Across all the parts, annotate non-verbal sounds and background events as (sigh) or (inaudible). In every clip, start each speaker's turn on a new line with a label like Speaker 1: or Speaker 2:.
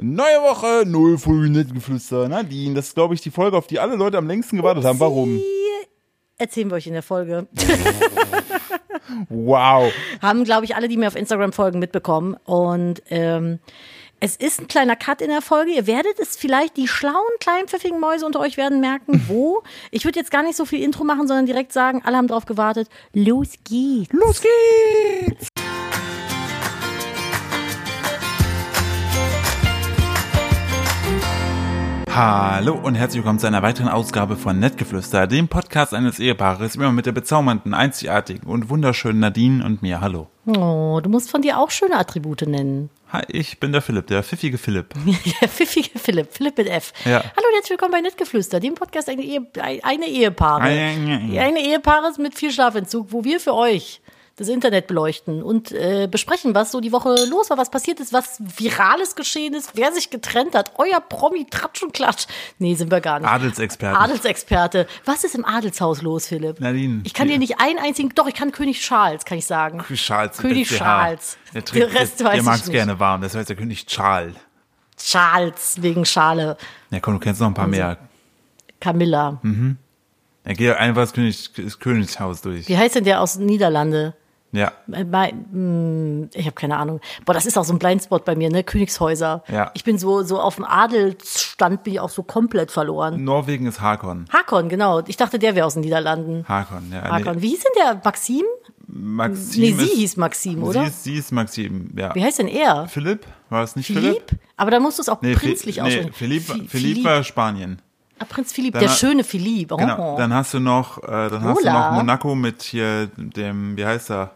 Speaker 1: Neue Woche, null Fulminentengeflüster. Nadine, das ist, glaube ich, die Folge, auf die alle Leute am längsten gewartet haben. Warum?
Speaker 2: Erzählen wir euch in der Folge.
Speaker 1: Wow.
Speaker 2: Haben, glaube ich, alle, die mir auf Instagram folgen, mitbekommen. Und ähm, es ist ein kleiner Cut in der Folge. Ihr werdet es vielleicht, die schlauen kleinen pfiffigen Mäuse unter euch werden merken, wo. Ich würde jetzt gar nicht so viel Intro machen, sondern direkt sagen, alle haben drauf gewartet. Los geht's.
Speaker 1: Los geht's. Hallo und herzlich willkommen zu einer weiteren Ausgabe von Nettgeflüster, dem Podcast eines Ehepaares, immer mit der bezaubernden, einzigartigen und wunderschönen Nadine und mir. Hallo.
Speaker 2: Oh, du musst von dir auch schöne Attribute nennen.
Speaker 1: Hi, ich bin der Philipp, der pfiffige Philipp.
Speaker 2: (laughs) Der pfiffige Philipp, Philipp mit F.
Speaker 1: Ja.
Speaker 2: Hallo und herzlich willkommen bei Nettgeflüster, dem Podcast eine, Ehe, eine Ehepaare. Eine Ehepaares mit viel Schlafentzug, wo wir für euch das Internet beleuchten und äh, besprechen, was so die Woche los war, was passiert ist, was Virales geschehen ist, wer sich getrennt hat, euer Promi, Tratsch und Klatsch. Nee, sind wir gar nicht.
Speaker 1: Adelsexperte.
Speaker 2: Adelsexperte. Was ist im Adelshaus los, Philipp?
Speaker 1: Nadine,
Speaker 2: Ich kann dir
Speaker 1: die-
Speaker 2: nicht einen einzigen, doch, ich kann König Charles, kann ich sagen.
Speaker 1: Charles.
Speaker 2: König
Speaker 1: SDH.
Speaker 2: Charles.
Speaker 1: Der, trinkt,
Speaker 2: Der Rest
Speaker 1: der,
Speaker 2: weiß
Speaker 1: der
Speaker 2: ich
Speaker 1: mag's
Speaker 2: nicht.
Speaker 1: gerne warm, das heißt der König Charles.
Speaker 2: Charles, wegen Schale.
Speaker 1: Ja komm, du kennst noch ein paar mehr.
Speaker 2: Camilla.
Speaker 1: Hm. Er geht einfach das, König, das Königshaus durch.
Speaker 2: Wie heißt denn der aus den Niederlande?
Speaker 1: Ja.
Speaker 2: Äh, bei- mh, Ich habe keine Ahnung. Boah, das ist auch so ein Blindspot bei mir, ne? Königshäuser.
Speaker 1: Ja.
Speaker 2: Ich bin so, so auf dem Adelsstand bin ich auch so komplett verloren.
Speaker 1: Norwegen ist Hakon.
Speaker 2: Hakon, genau. Ich dachte, der wäre aus den Niederlanden.
Speaker 1: Hakon, ja.
Speaker 2: Hakon. Wie hieß denn der? Maxim?
Speaker 1: Nee, Maxim
Speaker 2: Nee, sie
Speaker 1: ist,
Speaker 2: hieß Maxim,
Speaker 1: Sie
Speaker 2: oder?
Speaker 1: ist, sie ist Maxim, ja.
Speaker 2: Wie heißt denn er?
Speaker 1: Philipp? War es nicht Philipp?
Speaker 2: Philipp? Aber da musst du es auch
Speaker 1: Nee, Fi-
Speaker 2: prinzlich aussprechen.
Speaker 1: nee, Philipp,
Speaker 2: Fi-
Speaker 1: Philipp, war Spanien.
Speaker 2: Ah, Prinz Philipp,
Speaker 1: Dann
Speaker 2: der
Speaker 1: hat-
Speaker 2: schöne Philipp. Oh.
Speaker 1: Genau. Dann hast du noch, äh, dann hast du
Speaker 2: Lola.
Speaker 1: noch Monaco mit hier dem, wie heißt er?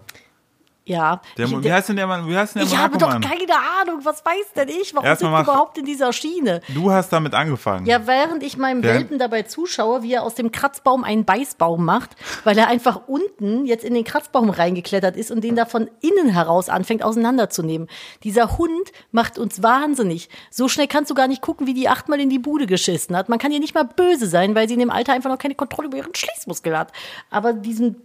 Speaker 2: ja.
Speaker 1: Der,
Speaker 2: Ich-
Speaker 1: Mo- wie
Speaker 2: der-
Speaker 1: heißt denn der Mann? Wie heißt denn der
Speaker 2: ich habe doch
Speaker 1: Monaco-Mann?
Speaker 2: keine Ahnung, was weiß denn ich? Warum
Speaker 1: Erstmal
Speaker 2: sind wir
Speaker 1: mach-
Speaker 2: überhaupt in dieser Schiene?
Speaker 1: Du hast damit angefangen.
Speaker 2: Ja, während ich meinem
Speaker 1: Während-
Speaker 2: Welpen dabei zuschaue, wie er aus dem Kratzbaum einen Beißbaum macht, weil er einfach unten jetzt in den Kratzbaum reingeklettert ist und den da von innen heraus anfängt auseinanderzunehmen. Dieser Hund macht uns wahnsinnig. So schnell kannst du gar nicht gucken, wie die achtmal in die Bude geschissen hat. Man kann ihr nicht mal böse sein, weil sie in dem Alter einfach noch keine Kontrolle über ihren Schließmuskel hat. Aber diesen,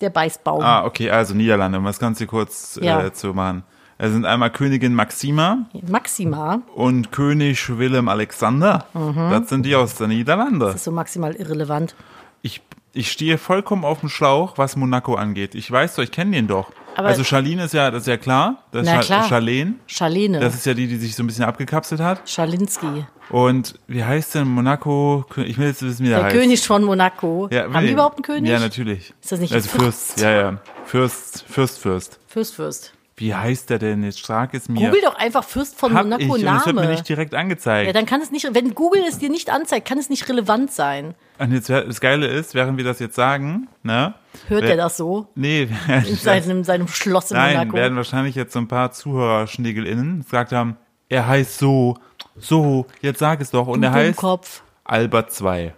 Speaker 2: der Beißbaum.
Speaker 1: Ah, okay, also Niederlande, um das Ganze kurz
Speaker 2: Ja.
Speaker 1: äh, zu machen. Es sind einmal Königin Maxima
Speaker 2: Maxima,
Speaker 1: und König Willem Alexander.
Speaker 2: Mhm.
Speaker 1: Das sind die aus der Niederlande.
Speaker 2: ist so maximal irrelevant.
Speaker 1: Ich, ich stehe vollkommen auf dem Schlauch, was Monaco angeht. Ich weiß doch, ich kenne den doch.
Speaker 2: Aber-
Speaker 1: also Charlene ist ja, das ist ja klar. Das
Speaker 2: Na
Speaker 1: Scha-
Speaker 2: klar.
Speaker 1: Charlene.
Speaker 2: Charlene,
Speaker 1: Das ist ja die, die sich so ein bisschen abgekapselt hat.
Speaker 2: Schalinski.
Speaker 1: Und wie heißt denn Monaco? Ich will jetzt wissen, wie der,
Speaker 2: Der
Speaker 1: heißt.
Speaker 2: König von Monaco.
Speaker 1: Ja,
Speaker 2: Haben die überhaupt einen König?
Speaker 1: Ja, natürlich.
Speaker 2: Ist das nicht
Speaker 1: Also Fürst, ja, ja. Fürst, Fürst, Fürst.
Speaker 2: Fürst, Fürst.
Speaker 1: Wie heißt der denn jetzt? Stark ist mir.
Speaker 2: Google doch einfach Fürst von
Speaker 1: Hab ich,
Speaker 2: Monaco
Speaker 1: und das wird mir
Speaker 2: Name.
Speaker 1: nicht direkt angezeigt.
Speaker 2: Ja, dann kann es nicht, wenn Google es dir nicht anzeigt, kann es nicht relevant sein.
Speaker 1: und jetzt, wär- das Geile ist, während wir das jetzt sagen, ne?
Speaker 2: Hört
Speaker 1: Wer-
Speaker 2: er das so?
Speaker 1: Nee, (laughs)
Speaker 2: In seinem, seinem Schloss in
Speaker 1: nein, werden
Speaker 2: Monaco.
Speaker 1: wahrscheinlich jetzt so ein paar ZuhörerschniegelInnen gesagt haben, er heißt so, so, jetzt sag es doch. Und er heißt
Speaker 2: Dummkopf,
Speaker 1: Albert 2.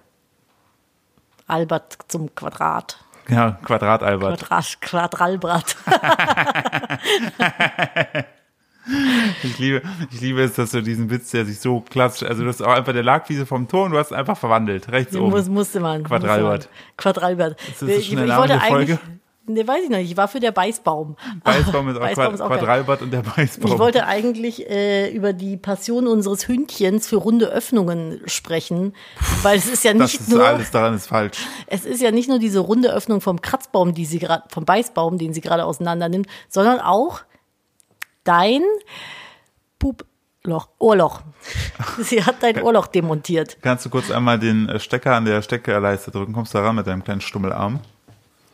Speaker 2: Albert zum Quadrat.
Speaker 1: Ja, Quadrat Albert.
Speaker 2: Quadrat, Quadralbrat.
Speaker 1: Ich liebe, ich liebe es, dass du diesen Witz, der sich so klassisch, also das ist auch einfach der Lagwiese vom Ton, du hast es einfach verwandelt, rechts oben.
Speaker 2: Muss, musste man.
Speaker 1: Quadralbert.
Speaker 2: musste man. Quadralbert.
Speaker 1: das jetzt schon der Name der Folge?
Speaker 2: Ne, weiß ich noch nicht. Ich war für der Beißbaum.
Speaker 1: Weißbaum ist auch,
Speaker 2: Weißbaum
Speaker 1: Quad
Speaker 2: ist auch geil.
Speaker 1: Quadralbert und der Weißbaum.
Speaker 2: Ich wollte eigentlich äh, über die Passion unseres Hündchens für runde Öffnungen sprechen, weil es ist ja
Speaker 1: das
Speaker 2: nicht
Speaker 1: ist
Speaker 2: nur
Speaker 1: alles daran ist falsch.
Speaker 2: es ist ja nicht nur diese runde Öffnung vom Kratzbaum, die sie gerade vom Beißbaum, den sie gerade auseinander nimmt, sondern auch dein Puploch,
Speaker 1: (laughs)
Speaker 2: Ohrloch. sie hat dein Ohrloch demontiert.
Speaker 1: Kannst du kurz einmal den äh, Stecker an der Steckerleiste drücken? Kommst du da ran mit deinem kleinen Stummelarm?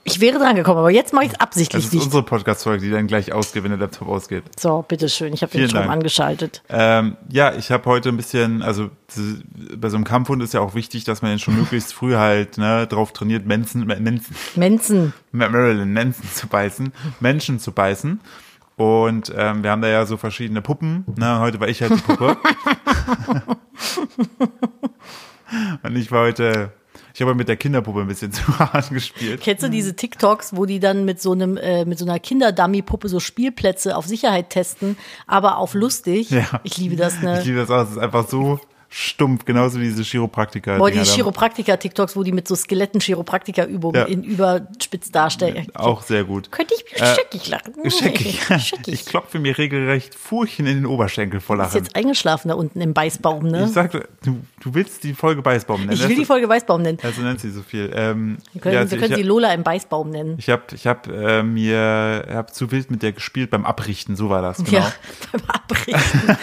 Speaker 2: Ich wäre dran gekommen, aber jetzt mache ich es
Speaker 1: Das
Speaker 2: absichtlich
Speaker 1: ist
Speaker 2: nicht.
Speaker 1: unsere Podcast-Folge, die dann gleich ausgeht, wenn der Laptop ausgeht.
Speaker 2: So, bitteschön, ich habe den
Speaker 1: Vielen
Speaker 2: Strom
Speaker 1: Dank.
Speaker 2: angeschaltet.
Speaker 1: Ähm, ja, ich habe heute ein bisschen, also z- bei so einem Kampfhund ist ja auch wichtig, dass man den schon möglichst früh halt ne, drauf trainiert, Menschen, Menschen,
Speaker 2: Mensen,
Speaker 1: Marilyn Manson zu beißen, Menschen zu beißen. Und ähm, wir haben da ja so verschiedene Puppen. Na, heute war ich halt die Puppe. Und ich war heute, ich habe mit der Kinderpuppe ein bisschen (laughs) zu hart gespielt.
Speaker 2: kennst du diese TikToks, wo die dann mit so einem äh, mit so einer Kinderdummy-Puppe so Spielplätze auf Sicherheit testen, aber auf lustig?
Speaker 1: Ja.
Speaker 2: Ich liebe das, ne?
Speaker 1: Ich liebe das auch, es ist einfach so, stumpf, genauso wie diese Chiropraktiker.
Speaker 2: Boah, die Chiropraktiker-TikToks, wo die mit so Skeletten Chiropraktiker-Übungen
Speaker 1: Ja.
Speaker 2: in überspitzt darstellen.
Speaker 1: Auch sehr gut.
Speaker 2: Könnte ich
Speaker 1: Äh,
Speaker 2: scheckig lachen.
Speaker 1: (laughs) Scheckig.
Speaker 2: (laughs) Scheckig.
Speaker 1: Ich klopfe mir regelrecht Furchen in den Oberschenkel vor
Speaker 2: ist
Speaker 1: Lachen.
Speaker 2: jetzt eingeschlafen da unten im Beißbaum,
Speaker 1: Ich
Speaker 2: ne?
Speaker 1: sagte, du, du willst die Folge ne? Beißbaum nennen.
Speaker 2: Ich will die
Speaker 1: Folge.
Speaker 2: Folge Beißbaum nennen.
Speaker 1: Also nennt sie so viel. Ähm,
Speaker 2: Wir können,
Speaker 1: ja, also
Speaker 2: wir können
Speaker 1: ich,
Speaker 2: sie Lola im Beißbaum nennen.
Speaker 1: Ich habe ich hab, äh, mir hab zu wild mit der gespielt beim Abrichten, so war das, genau.
Speaker 2: (laughs) Ja, beim
Speaker 1: (laughs)
Speaker 2: Abrichten,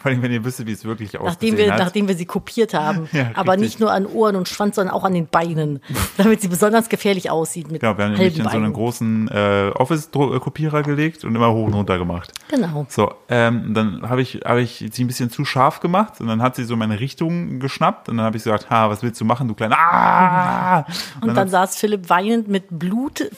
Speaker 1: Vor allem, wenn ihr wisst, wie es wirklich
Speaker 2: nachdem
Speaker 1: ausgesehen
Speaker 2: wir,
Speaker 1: hat.
Speaker 2: nachdem wir sie kopiert haben.
Speaker 1: Ja,
Speaker 2: Aber
Speaker 1: richtig.
Speaker 2: nicht nur an Ohren und Schwanz, sondern auch an
Speaker 1: (laughs)
Speaker 2: den Beinen. Damit sie besonders gefährlich aussieht mit
Speaker 1: genau, wir haben
Speaker 2: halben
Speaker 1: nämlich in so einen
Speaker 2: Beinen.
Speaker 1: großen äh, Office-Kopierer gelegt und immer hoch und runter gemacht.
Speaker 2: genau.
Speaker 1: So, ähm, dann habe ich, hab ich sie ein bisschen zu scharf gemacht und dann hat sie so meine Richtung geschnappt und dann habe ich gesagt, ha, was willst du machen, du kleiner? Ah!
Speaker 2: Und dann, saß Philipp weinend mit Blut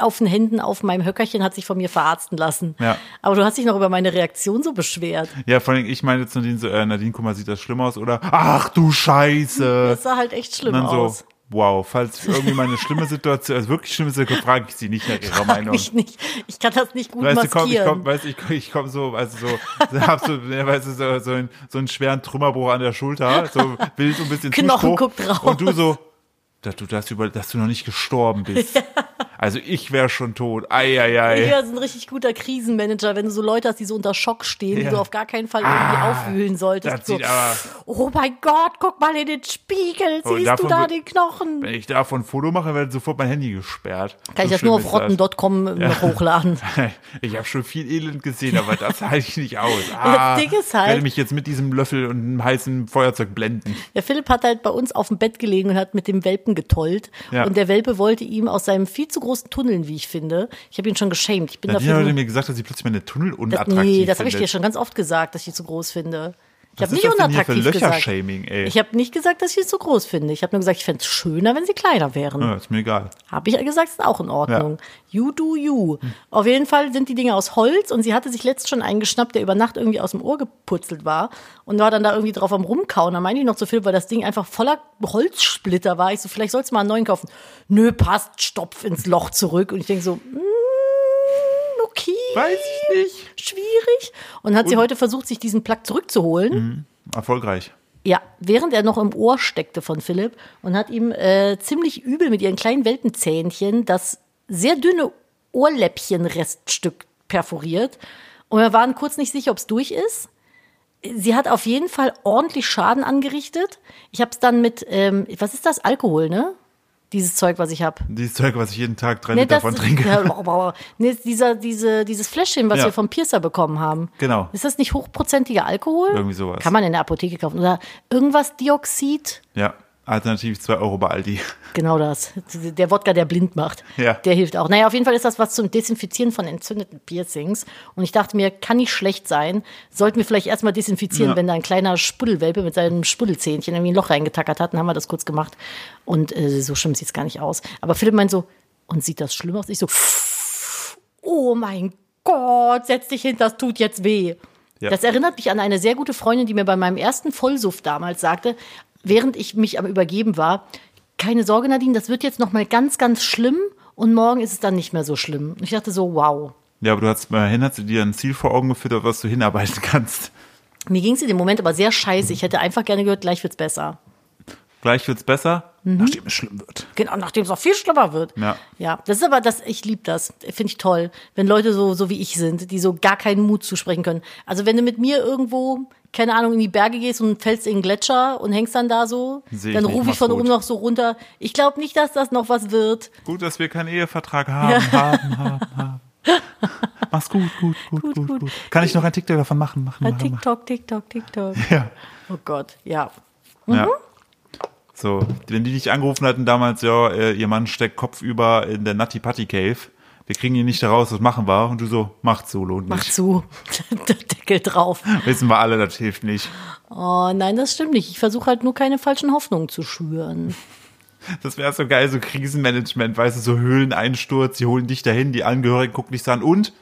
Speaker 2: auf den Händen auf meinem Höckerchen, hat sich von mir verarzten lassen.
Speaker 1: Ja. Äh,
Speaker 2: Aber du hast dich noch über meine Reaktion so beschwert.
Speaker 1: Ja, vor allem, ich meine jetzt Nadine so, äh, Nadine, guck mal, sieht das schlimm aus oder ach du Scheiße.
Speaker 2: Das sah halt echt schlimm
Speaker 1: Und dann so,
Speaker 2: aus.
Speaker 1: wow, falls irgendwie mal eine schlimme Situation, also wirklich schlimme Situation, frage ich sie nicht nach
Speaker 2: (laughs)
Speaker 1: ihrer Meinung.
Speaker 2: Ich, nicht, ich kann das nicht gut
Speaker 1: Weißt du, komm, ich
Speaker 2: maskieren.
Speaker 1: komm, weißt, du, ich, komm- ich komm so, also so, so hab so, ja, weißt du, so, so, einen, so einen schweren Trümmerbruch an der Schulter, so wild und ein bisschen Zuspruch.
Speaker 2: Knochen guckt raus.
Speaker 1: Und du so, dass du das über, dass du noch nicht gestorben bist. Also ich wäre schon tot. Ei, ei, ei.
Speaker 2: Ja, ist ein richtig guter Krisenmanager, wenn du so Leute hast, die so unter Schock stehen, die
Speaker 1: Ja.
Speaker 2: du auf gar keinen Fall irgendwie
Speaker 1: Ah,
Speaker 2: aufwühlen solltest.
Speaker 1: das
Speaker 2: so,
Speaker 1: sieht aber-
Speaker 2: oh mein Gott, guck mal in den Spiegel,
Speaker 1: Oh,
Speaker 2: siehst du
Speaker 1: davon
Speaker 2: da
Speaker 1: wird-
Speaker 2: den Knochen?
Speaker 1: Wenn ich davon ein Foto mache, wird sofort mein Handy gesperrt.
Speaker 2: Kann ich
Speaker 1: So
Speaker 2: das nur
Speaker 1: schlimm
Speaker 2: auf
Speaker 1: ist das.
Speaker 2: rotten.com
Speaker 1: (laughs)
Speaker 2: noch hochladen.
Speaker 1: Ich habe schon viel Elend gesehen, aber das halte ich nicht
Speaker 2: (laughs)
Speaker 1: aus. Ah,
Speaker 2: Ding ist halt-
Speaker 1: werde mich jetzt mit diesem Löffel und einem heißen Feuerzeug blenden.
Speaker 2: Der Philipp hat halt bei uns auf dem Bett gelegen und hat mit dem Welpen getollt.
Speaker 1: Ja.
Speaker 2: Und der Welpe wollte ihm aus seinem viel zu großen Tunneln, wie ich finde, ich habe ihn schon geschämt. Ich bin
Speaker 1: Nadine
Speaker 2: dafür.
Speaker 1: hat mir gesagt, dass sie plötzlich meine Tunnel
Speaker 2: das,
Speaker 1: unattraktiv
Speaker 2: nee, das habe ich
Speaker 1: findet.
Speaker 2: dir schon ganz oft gesagt, dass ich ihn zu groß finde. Ich
Speaker 1: Was
Speaker 2: habe
Speaker 1: ist
Speaker 2: nicht
Speaker 1: das denn hier für
Speaker 2: unattraktiv gesagt.
Speaker 1: Löchershaming, ey?
Speaker 2: Ich habe nicht gesagt, dass ich ihn zu groß finde. Ich habe nur gesagt, ich fände es schöner, wenn sie kleiner wären.
Speaker 1: Ja, ist mir egal.
Speaker 2: Habe ich ja gesagt, ist auch in Ordnung. You do you. Auf jeden Fall sind die Dinge aus Holz und sie hatte sich letzt schon einen geschnappt, der über Nacht irgendwie aus dem Ohr geputzelt war und war dann da irgendwie drauf am Rumkauen. Da meinte ich noch zu viel, weil das Ding einfach voller Holzsplitter war. Ich so, vielleicht sollst du mal einen neuen kaufen. Nö, passt, stopf ins Loch zurück. Und ich denke so, mm, okay,
Speaker 1: Weiß ich nicht.
Speaker 2: schwierig. Und hat sie heute versucht, sich diesen Plug zurückzuholen.
Speaker 1: Mhm. Erfolgreich.
Speaker 2: Ja, während er noch im Ohr steckte von Philipp und hat ihm äh, ziemlich übel mit ihren kleinen Welpenzähnchen das sehr dünne Ohrläppchen-Reststück perforiert. Und wir waren kurz nicht sicher, ob es durch ist. Sie hat auf jeden Fall ordentlich Schaden angerichtet. Ich habe es dann mit, ähm, was ist das? Alkohol, ne? Dieses Zeug, was ich habe.
Speaker 1: Dieses Zeug, was ich jeden Tag drei
Speaker 2: Nee,
Speaker 1: Liter
Speaker 2: Ne, das
Speaker 1: von
Speaker 2: ist-
Speaker 1: trinke.
Speaker 2: Ja, boah, boah. nee, ist Ne, dieser, diese, dieses Fläschchen, was
Speaker 1: Ja.
Speaker 2: wir vom Piercer bekommen haben.
Speaker 1: Genau.
Speaker 2: Ist das nicht hochprozentiger Alkohol?
Speaker 1: Irgendwie sowas.
Speaker 2: Kann man in der Apotheke kaufen. Oder irgendwas Dioxid?
Speaker 1: (laughs) Ja, alternativ 2 Euro bei Aldi.
Speaker 2: Genau das. Der Wodka, der blind macht,
Speaker 1: Ja.
Speaker 2: der hilft auch. Naja, auf jeden Fall ist das was zum Desinfizieren von entzündeten Piercings. Und ich dachte mir, kann nicht schlecht sein. Sollten wir vielleicht erstmal desinfizieren,
Speaker 1: Ja.
Speaker 2: wenn da ein kleiner Spuddelwelpe mit seinem Spuddelzähnchen irgendwie ein Loch reingetackert hat. Dann haben wir das kurz gemacht. Und äh, so schlimm sieht's gar nicht aus. Aber Philipp meint so, und sieht das schlimm aus? Ich so, oh mein Gott, setz dich hin, das tut jetzt weh.
Speaker 1: Ja.
Speaker 2: Das erinnert mich an eine sehr gute Freundin, die mir bei meinem ersten Vollsuft damals sagte, während ich mich am Übergeben war, keine Sorge, Nadine, das wird jetzt nochmal ganz, ganz schlimm und morgen ist es dann nicht mehr so schlimm. Und ich dachte so, wow.
Speaker 1: Ja, aber du hast, immerhin hast du dir ein Ziel vor Augen geführt, auf was du hinarbeiten kannst.
Speaker 2: Mir ging es in dem Moment aber sehr scheiße. Ich hätte einfach gerne gehört, gleich wird's besser.
Speaker 1: Gleich wird's besser,
Speaker 2: Mhm.
Speaker 1: nachdem es schlimm wird.
Speaker 2: Genau, nachdem es auch viel schlimmer wird.
Speaker 1: Ja.
Speaker 2: ja das ist aber das, ich liebe das. Finde ich toll. Wenn Leute so, so wie ich sind, die so gar keinen Mut zusprechen können. Also wenn du mit mir irgendwo, keine Ahnung, in die Berge gehst und fällst in den Gletscher und hängst dann da so,
Speaker 1: Seh ich
Speaker 2: dann
Speaker 1: nicht,
Speaker 2: rufe ich
Speaker 1: mach's
Speaker 2: von
Speaker 1: gut.
Speaker 2: oben noch so runter. Ich glaube nicht, dass das noch was wird.
Speaker 1: Gut, dass wir keinen Ehevertrag haben, haben, haben, haben. Mach's gut, gut, gut, gut, gut,
Speaker 2: gut.
Speaker 1: Kann ich noch ein TikTok davon machen, machen, machen, machen.
Speaker 2: TikTok, TikTok, TikTok.
Speaker 1: Ja.
Speaker 2: Oh Gott, ja.
Speaker 1: ja. So, wenn die dich angerufen hatten damals, ja, äh, ihr Mann steckt kopfüber in der Nutty Putty Cave. Wir kriegen ihn nicht raus, was machen wir? Und du so, macht so, lohnt
Speaker 2: Mach
Speaker 1: nicht.
Speaker 2: zu. (laughs) Der Deckel drauf.
Speaker 1: (laughs) Wissen wir alle, das hilft nicht.
Speaker 2: Oh nein, das stimmt nicht. Ich versuche halt nur keine falschen Hoffnungen zu schüren.
Speaker 1: Das wäre so geil, so Krisenmanagement, weißt du, so Höhleneinsturz, die holen dich dahin, die Angehörigen gucken dich so an und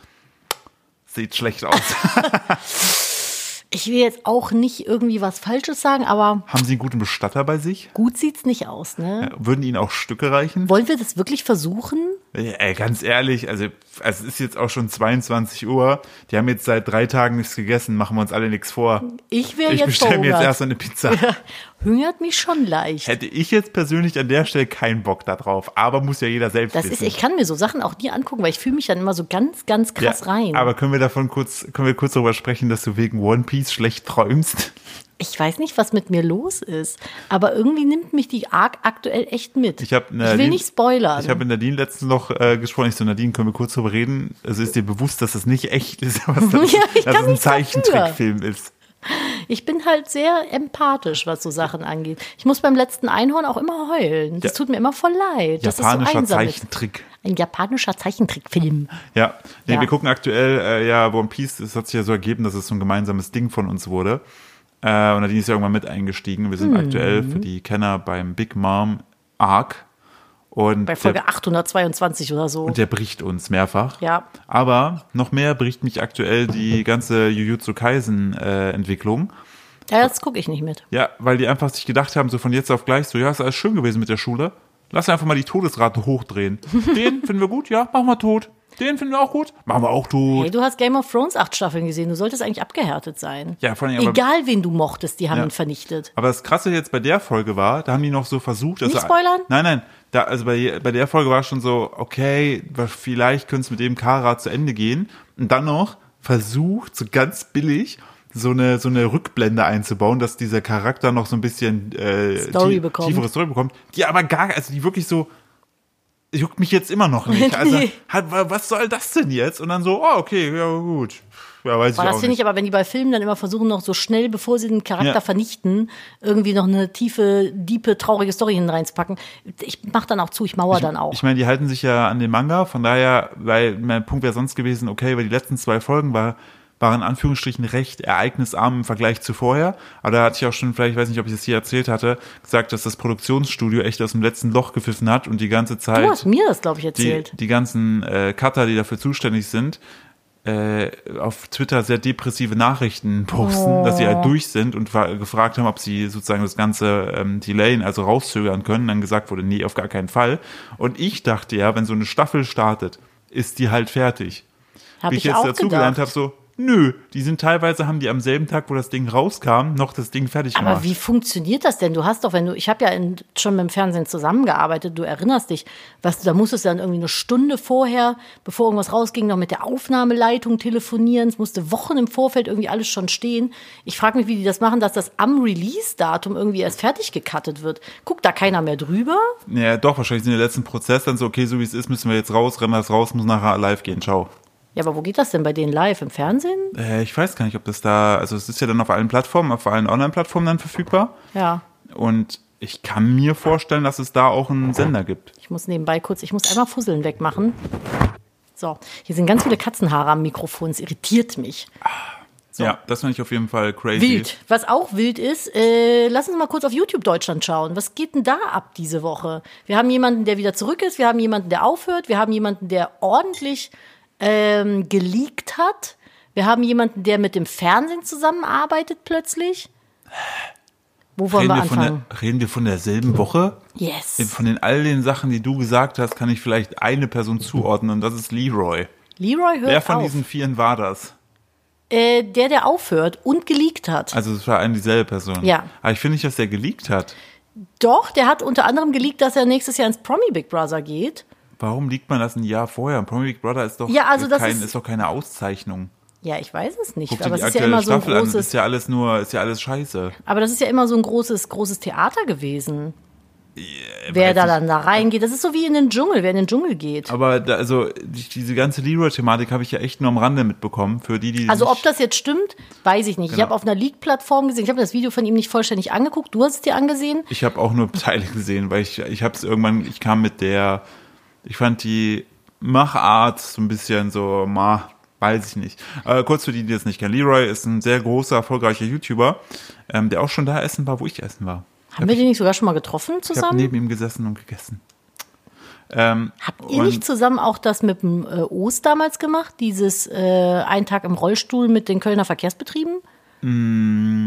Speaker 1: sieht schlecht aus.
Speaker 2: Ich will jetzt auch nicht irgendwie was Falsches sagen, aber
Speaker 1: Haben sie einen guten Bestatter bei sich?
Speaker 2: Gut sieht's nicht aus, ne?
Speaker 1: Würden ihnen auch Stücke reichen?
Speaker 2: Wollen wir das wirklich versuchen?
Speaker 1: Ey, ganz ehrlich, also, also es ist jetzt auch schon 22 Uhr. Die haben jetzt seit drei Tagen nichts gegessen, machen wir uns alle nichts vor.
Speaker 2: Ich wäre
Speaker 1: Ich
Speaker 2: jetzt
Speaker 1: bestelle mir jetzt
Speaker 2: verhungert.
Speaker 1: erst mal eine Pizza.
Speaker 2: Hungert mich schon leicht.
Speaker 1: Hätte ich jetzt persönlich an der Stelle keinen Bock da drauf, aber muss ja jeder selbst
Speaker 2: Das
Speaker 1: wissen.
Speaker 2: ist, ich kann mir so Sachen auch nie angucken, weil ich fühle mich dann immer so ganz, ganz krass rein.
Speaker 1: Aber können wir davon kurz, können wir kurz darüber sprechen, dass du wegen One Piece schlecht träumst?
Speaker 2: ich weiß nicht, was mit mir los ist, aber irgendwie nimmt mich die arg aktuell echt mit.
Speaker 1: Ich, hab
Speaker 2: ich will
Speaker 1: Nadine-
Speaker 2: nicht spoilern.
Speaker 1: Ich habe mit Nadine letztens noch äh, gesprochen. Ich so, Nadine, können wir kurz darüber reden? Also ist dir bewusst, dass das nicht echt ist, (laughs) aber dass,
Speaker 2: Ja, ich
Speaker 1: dass es
Speaker 2: kann
Speaker 1: ein
Speaker 2: nicht dafür.
Speaker 1: Zeichentrickfilm ist?
Speaker 2: Ich bin halt sehr empathisch, was so Sachen angeht. Ich muss beim letzten Einhorn auch immer heulen. Das
Speaker 1: Ja.
Speaker 2: tut mir immer voll leid. Das ist so
Speaker 1: Japanischer
Speaker 2: einsam. ist.
Speaker 1: Zeichentrick.
Speaker 2: Ein japanischer Zeichentrickfilm.
Speaker 1: Ja, nee,
Speaker 2: Ja.
Speaker 1: wir gucken aktuell äh, ja One Piece. Es hat sich ja so ergeben, dass es so ein gemeinsames Ding von uns wurde. Äh, und Nadine ist ja irgendwann mit eingestiegen. Wir sind
Speaker 2: Hm.
Speaker 1: aktuell für die Kenner beim Big Mom Arc. Und
Speaker 2: Bei
Speaker 1: der-
Speaker 2: Folge 822 oder so.
Speaker 1: Und der bricht uns mehrfach.
Speaker 2: Ja.
Speaker 1: Aber noch mehr bricht mich aktuell die ganze Jujutsu Kaisen-Entwicklung.
Speaker 2: Ja, das gucke ich nicht mit.
Speaker 1: ja, weil die einfach sich gedacht haben, so von jetzt auf gleich, so, ja, ist alles schön gewesen mit der Schule. Lass einfach mal die Todesrate
Speaker 2: (laughs)
Speaker 1: hochdrehen. Den finden wir gut, ja, machen wir tot. Den finden wir auch gut, machen wir auch tot.
Speaker 2: Hey, du hast Game of Thrones acht Staffeln gesehen. Du solltest eigentlich abgehärtet sein.
Speaker 1: Ja, vor allem, aber-
Speaker 2: Egal, wen du mochtest, die haben
Speaker 1: Ja.
Speaker 2: ihn vernichtet.
Speaker 1: Aber das Krasse jetzt bei der Folge war, da haben die noch so versucht. Also,
Speaker 2: Nicht spoilern?
Speaker 1: Nein, nein. Da, also bei, bei der Folge war schon so, okay, wa- vielleicht könnte es mit dem Kara zu Ende gehen. Und dann noch versucht, so ganz billig, so eine, so eine Rückblende einzubauen, dass dieser Charakter noch so ein bisschen äh,
Speaker 2: Story
Speaker 1: tie-
Speaker 2: bekommt.
Speaker 1: tiefere Story bekommt. Die aber gar, also die wirklich so, juckt mich jetzt immer noch
Speaker 2: (laughs)
Speaker 1: nicht. Also,
Speaker 2: Nee.
Speaker 1: hat, wa- was soll das denn jetzt? Und dann so, oh, okay, ja gut. Ja, weiß
Speaker 2: Boah,
Speaker 1: ich auch
Speaker 2: das finde
Speaker 1: nicht.
Speaker 2: ich aber, wenn die bei Filmen dann immer versuchen, noch so schnell, bevor sie den Charakter
Speaker 1: Ja.
Speaker 2: vernichten, irgendwie noch eine tiefe, diepe, traurige Story hineinzupacken. Ich mach dann auch zu, ich mauer dann auch.
Speaker 1: Ich meine, die halten sich ja an den Manga, von daher, weil mein Punkt wäre sonst gewesen, okay, weil die letzten zwei Folgen war, waren in Anführungsstrichen recht ereignisarm im Vergleich zu vorher. Aber da hatte ich auch schon, vielleicht ich weiß nicht, ob ich das hier erzählt hatte, gesagt, dass das Produktionsstudio echt aus dem letzten Loch gepfiffen hat und die ganze Zeit
Speaker 2: du hast mir das, glaube ich,
Speaker 1: halt die,
Speaker 2: erzählt.
Speaker 1: die ganzen äh, Cutter, die dafür zuständig sind, äh, auf Twitter sehr depressive Nachrichten posten,
Speaker 2: Oh.
Speaker 1: dass sie halt durch sind und ver- gefragt haben, ob sie sozusagen das ganze ähm, Delayen, also rauszögern können. Dann gesagt wurde, nee, auf gar keinen Fall. Und ich dachte ja, wenn so eine Staffel startet, ist die halt fertig.
Speaker 2: Habe
Speaker 1: Wie
Speaker 2: ich,
Speaker 1: ich jetzt
Speaker 2: auch
Speaker 1: dazu
Speaker 2: gedacht.
Speaker 1: gelernt habe, so, nö, die sind teilweise, haben die am selben Tag, wo das Ding rauskam, noch das Ding fertig
Speaker 2: Aber
Speaker 1: gemacht.
Speaker 2: wie funktioniert das denn? Du hast doch, wenn du, ich habe ja in, schon mit dem Fernsehen zusammengearbeitet, du erinnerst dich, was du, da musstest du dann irgendwie eine Stunde vorher, bevor irgendwas rausging, noch mit der Aufnahmeleitung telefonieren. Es musste Wochen im Vorfeld irgendwie alles schon stehen. Ich frage mich, wie die das machen, dass das am Release-Datum irgendwie erst fertig gecuttet wird. Guckt da keiner mehr drüber?
Speaker 1: Ja, doch, wahrscheinlich in der letzten Prozess dann so, okay, so wie es ist, müssen wir jetzt raus, rennen das raus, muss nachher live gehen, ciao.
Speaker 2: Ja, aber wo geht das denn bei denen live? Im Fernsehen?
Speaker 1: Äh, ich weiß gar nicht, ob das da, also es ist ja dann auf allen Plattformen, auf allen Online-Plattformen dann verfügbar.
Speaker 2: Ja.
Speaker 1: Und ich kann mir vorstellen, dass es da auch einen Sender gibt.
Speaker 2: Ich muss nebenbei kurz, ich muss einmal Fusseln wegmachen. So, hier sind ganz viele Katzenhaare am Mikrofon. Es irritiert mich.
Speaker 1: Ja, das finde ich auf jeden Fall crazy.
Speaker 2: Wild. Was auch wild ist, äh, lass uns mal kurz auf YouTube Deutschland schauen. Was geht denn da ab diese Woche? Wir haben jemanden, der wieder zurück ist, wir haben jemanden, der aufhört, wir haben jemanden, der ordentlich ähm, geleakt hat, wir haben jemanden, der mit dem Fernsehen zusammenarbeitet plötzlich. Wo wollen
Speaker 1: Reden
Speaker 2: wir
Speaker 1: wir, von
Speaker 2: anfangen?
Speaker 1: der, reden wir von derselben Woche?
Speaker 2: Yes.
Speaker 1: Von den all den Sachen, die du gesagt hast, kann ich vielleicht eine Person zuordnen und das ist Leroy.
Speaker 2: Leroy hört
Speaker 1: Wer von
Speaker 2: auf.
Speaker 1: diesen Vieren war das?
Speaker 2: äh, der, der aufhört und geleakt hat.
Speaker 1: Also es war eine dieselbe Person.
Speaker 2: Ja.
Speaker 1: Aber ich finde nicht, dass der geleakt hat.
Speaker 2: Doch, der hat unter anderem geleakt, dass er nächstes Jahr ins Promi Big Brother geht.
Speaker 1: Warum liegt man das ein Jahr vorher? Promi Big Brother ist doch,
Speaker 2: Ja, also das
Speaker 1: kein,
Speaker 2: ist-
Speaker 1: ist doch keine Auszeichnung.
Speaker 2: Ja, ich weiß es nicht,
Speaker 1: Guck dir
Speaker 2: aber
Speaker 1: die
Speaker 2: es ist ja
Speaker 1: aktuelle
Speaker 2: immer so ein
Speaker 1: Staffel an,
Speaker 2: großes
Speaker 1: ist ja alles nur, ist ja alles scheiße.
Speaker 2: Aber das ist ja immer so ein großes, großes Theater gewesen. Wer
Speaker 1: weiß
Speaker 2: da
Speaker 1: ich.
Speaker 2: dann da reingeht, das ist so wie in den Dschungel, wer in den Dschungel geht.
Speaker 1: Aber da, also die, diese ganze Leroy-Thematik habe ich ja echt nur am Rande mitbekommen. Für die, die
Speaker 2: Also
Speaker 1: nicht-
Speaker 2: ob das jetzt stimmt, weiß ich nicht. Ich
Speaker 1: Genau.
Speaker 2: habe auf einer Leak-Plattform gesehen, ich habe das Video von ihm nicht vollständig angeguckt, du hast es dir angesehen.
Speaker 1: ich habe auch nur Teile gesehen, weil ich ich habe es irgendwann. Ich kam mit der. Ich fand die Machart so ein bisschen so ma. Weiß ich nicht. Äh, kurz für die, die das nicht kennen. Leroy ist ein sehr großer, erfolgreicher YouTuber, ähm, der auch schon da essen war, wo ich essen war.
Speaker 2: Haben wir den nicht sogar schon mal getroffen
Speaker 1: Ich habe
Speaker 2: zusammen?
Speaker 1: neben ihm gesessen und gegessen. Ähm,
Speaker 2: Habt ihr nicht
Speaker 1: und-
Speaker 2: zusammen auch das mit dem äh, Oos damals gemacht? Dieses äh, Ein Tag im Rollstuhl mit den Kölner Verkehrsbetrieben?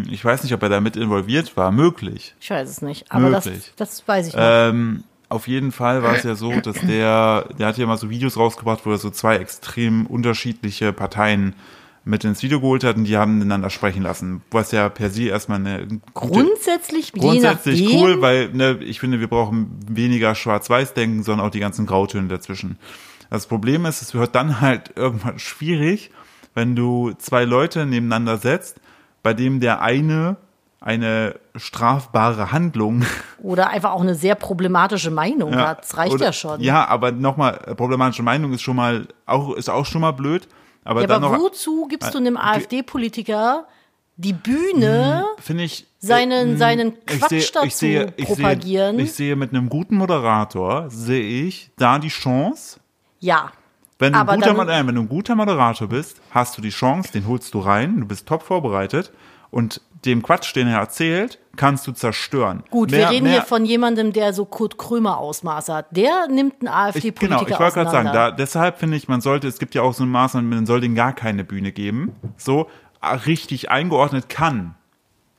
Speaker 1: Ich weiß nicht, ob er da mit involviert war. Möglich.
Speaker 2: Ich weiß es nicht, aber das,
Speaker 1: Möglich.
Speaker 2: das weiß ich nicht.
Speaker 1: Ähm, auf jeden Fall war es ja so, dass der, der hat ja mal so Videos rausgebracht, wo er so zwei extrem unterschiedliche Parteien mit ins Video geholt hat und die haben miteinander sprechen lassen. Was ja per se erstmal eine gute,
Speaker 2: Grundsätzlich,
Speaker 1: grundsätzlich
Speaker 2: je nachdem,
Speaker 1: cool, weil ne, ich finde, wir brauchen weniger Schwarz-Weiß-Denken, sondern auch die ganzen Grautöne dazwischen. Das Problem ist, es wird dann halt (laughs) irgendwann schwierig, wenn du zwei Leute nebeneinander setzt, bei dem der eine eine strafbare Handlung
Speaker 2: Oder einfach auch eine sehr problematische Meinung hat. Das reicht
Speaker 1: oder-
Speaker 2: ja schon.
Speaker 1: Ja, aber nochmal, problematische Meinung ist schon mal, auch, ist auch schon mal blöd. Aber
Speaker 2: Ja,
Speaker 1: dann
Speaker 2: aber
Speaker 1: noch,
Speaker 2: wozu gibst du einem AfD-Politiker die Bühne?
Speaker 1: finde ich,
Speaker 2: seinen-
Speaker 1: hm,
Speaker 2: seinen Quatsch dazu propagieren?
Speaker 1: Sehe, ich sehe mit einem guten Moderator, sehe ich da die Chance,
Speaker 2: Ja.
Speaker 1: wenn du, ein
Speaker 2: Aber
Speaker 1: guter,
Speaker 2: dann-
Speaker 1: Mod- nein, wenn du ein guter Moderator bist, hast du die Chance, den holst du rein, du bist top vorbereitet und dem Quatsch, den er erzählt, kannst du zerstören.
Speaker 2: Gut,
Speaker 1: Mehr-
Speaker 2: wir reden
Speaker 1: mehr-
Speaker 2: hier von jemandem, der so Kurt Krömer Ausmaß hat. Der nimmt einen
Speaker 1: Ich,
Speaker 2: AfD-Politiker
Speaker 1: genau, ich wollte gerade sagen,
Speaker 2: auseinander.
Speaker 1: da, deshalb finde ich, man sollte, es gibt ja auch so Maßnahmen, man soll denen gar keine Bühne geben. So, ah, richtig eingeordnet kann.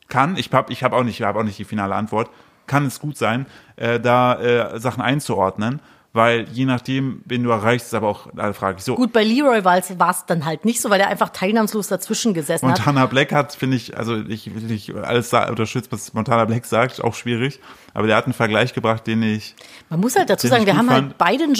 Speaker 1: Kann, ich habe ich hab auch, nicht, ich hab auch nicht die finale Antwort, kann es gut sein, äh, da äh, Sachen einzuordnen, weil je nachdem, wen du erreichst, ist aber auch eine Frage. So,
Speaker 2: Gut, bei Leroy Walz war es dann halt nicht so, weil er einfach teilnahmslos dazwischen gesessen hat.
Speaker 1: Montana Black hat, finde ich, also ich will nicht alles sa- unterstützt, was Montana Black sagt, auch schwierig, aber der hat einen Vergleich gebracht, den ich
Speaker 2: Man muss halt dazu
Speaker 1: Den ich
Speaker 2: sagen, wir
Speaker 1: gut
Speaker 2: haben
Speaker 1: fand.
Speaker 2: halt beide ein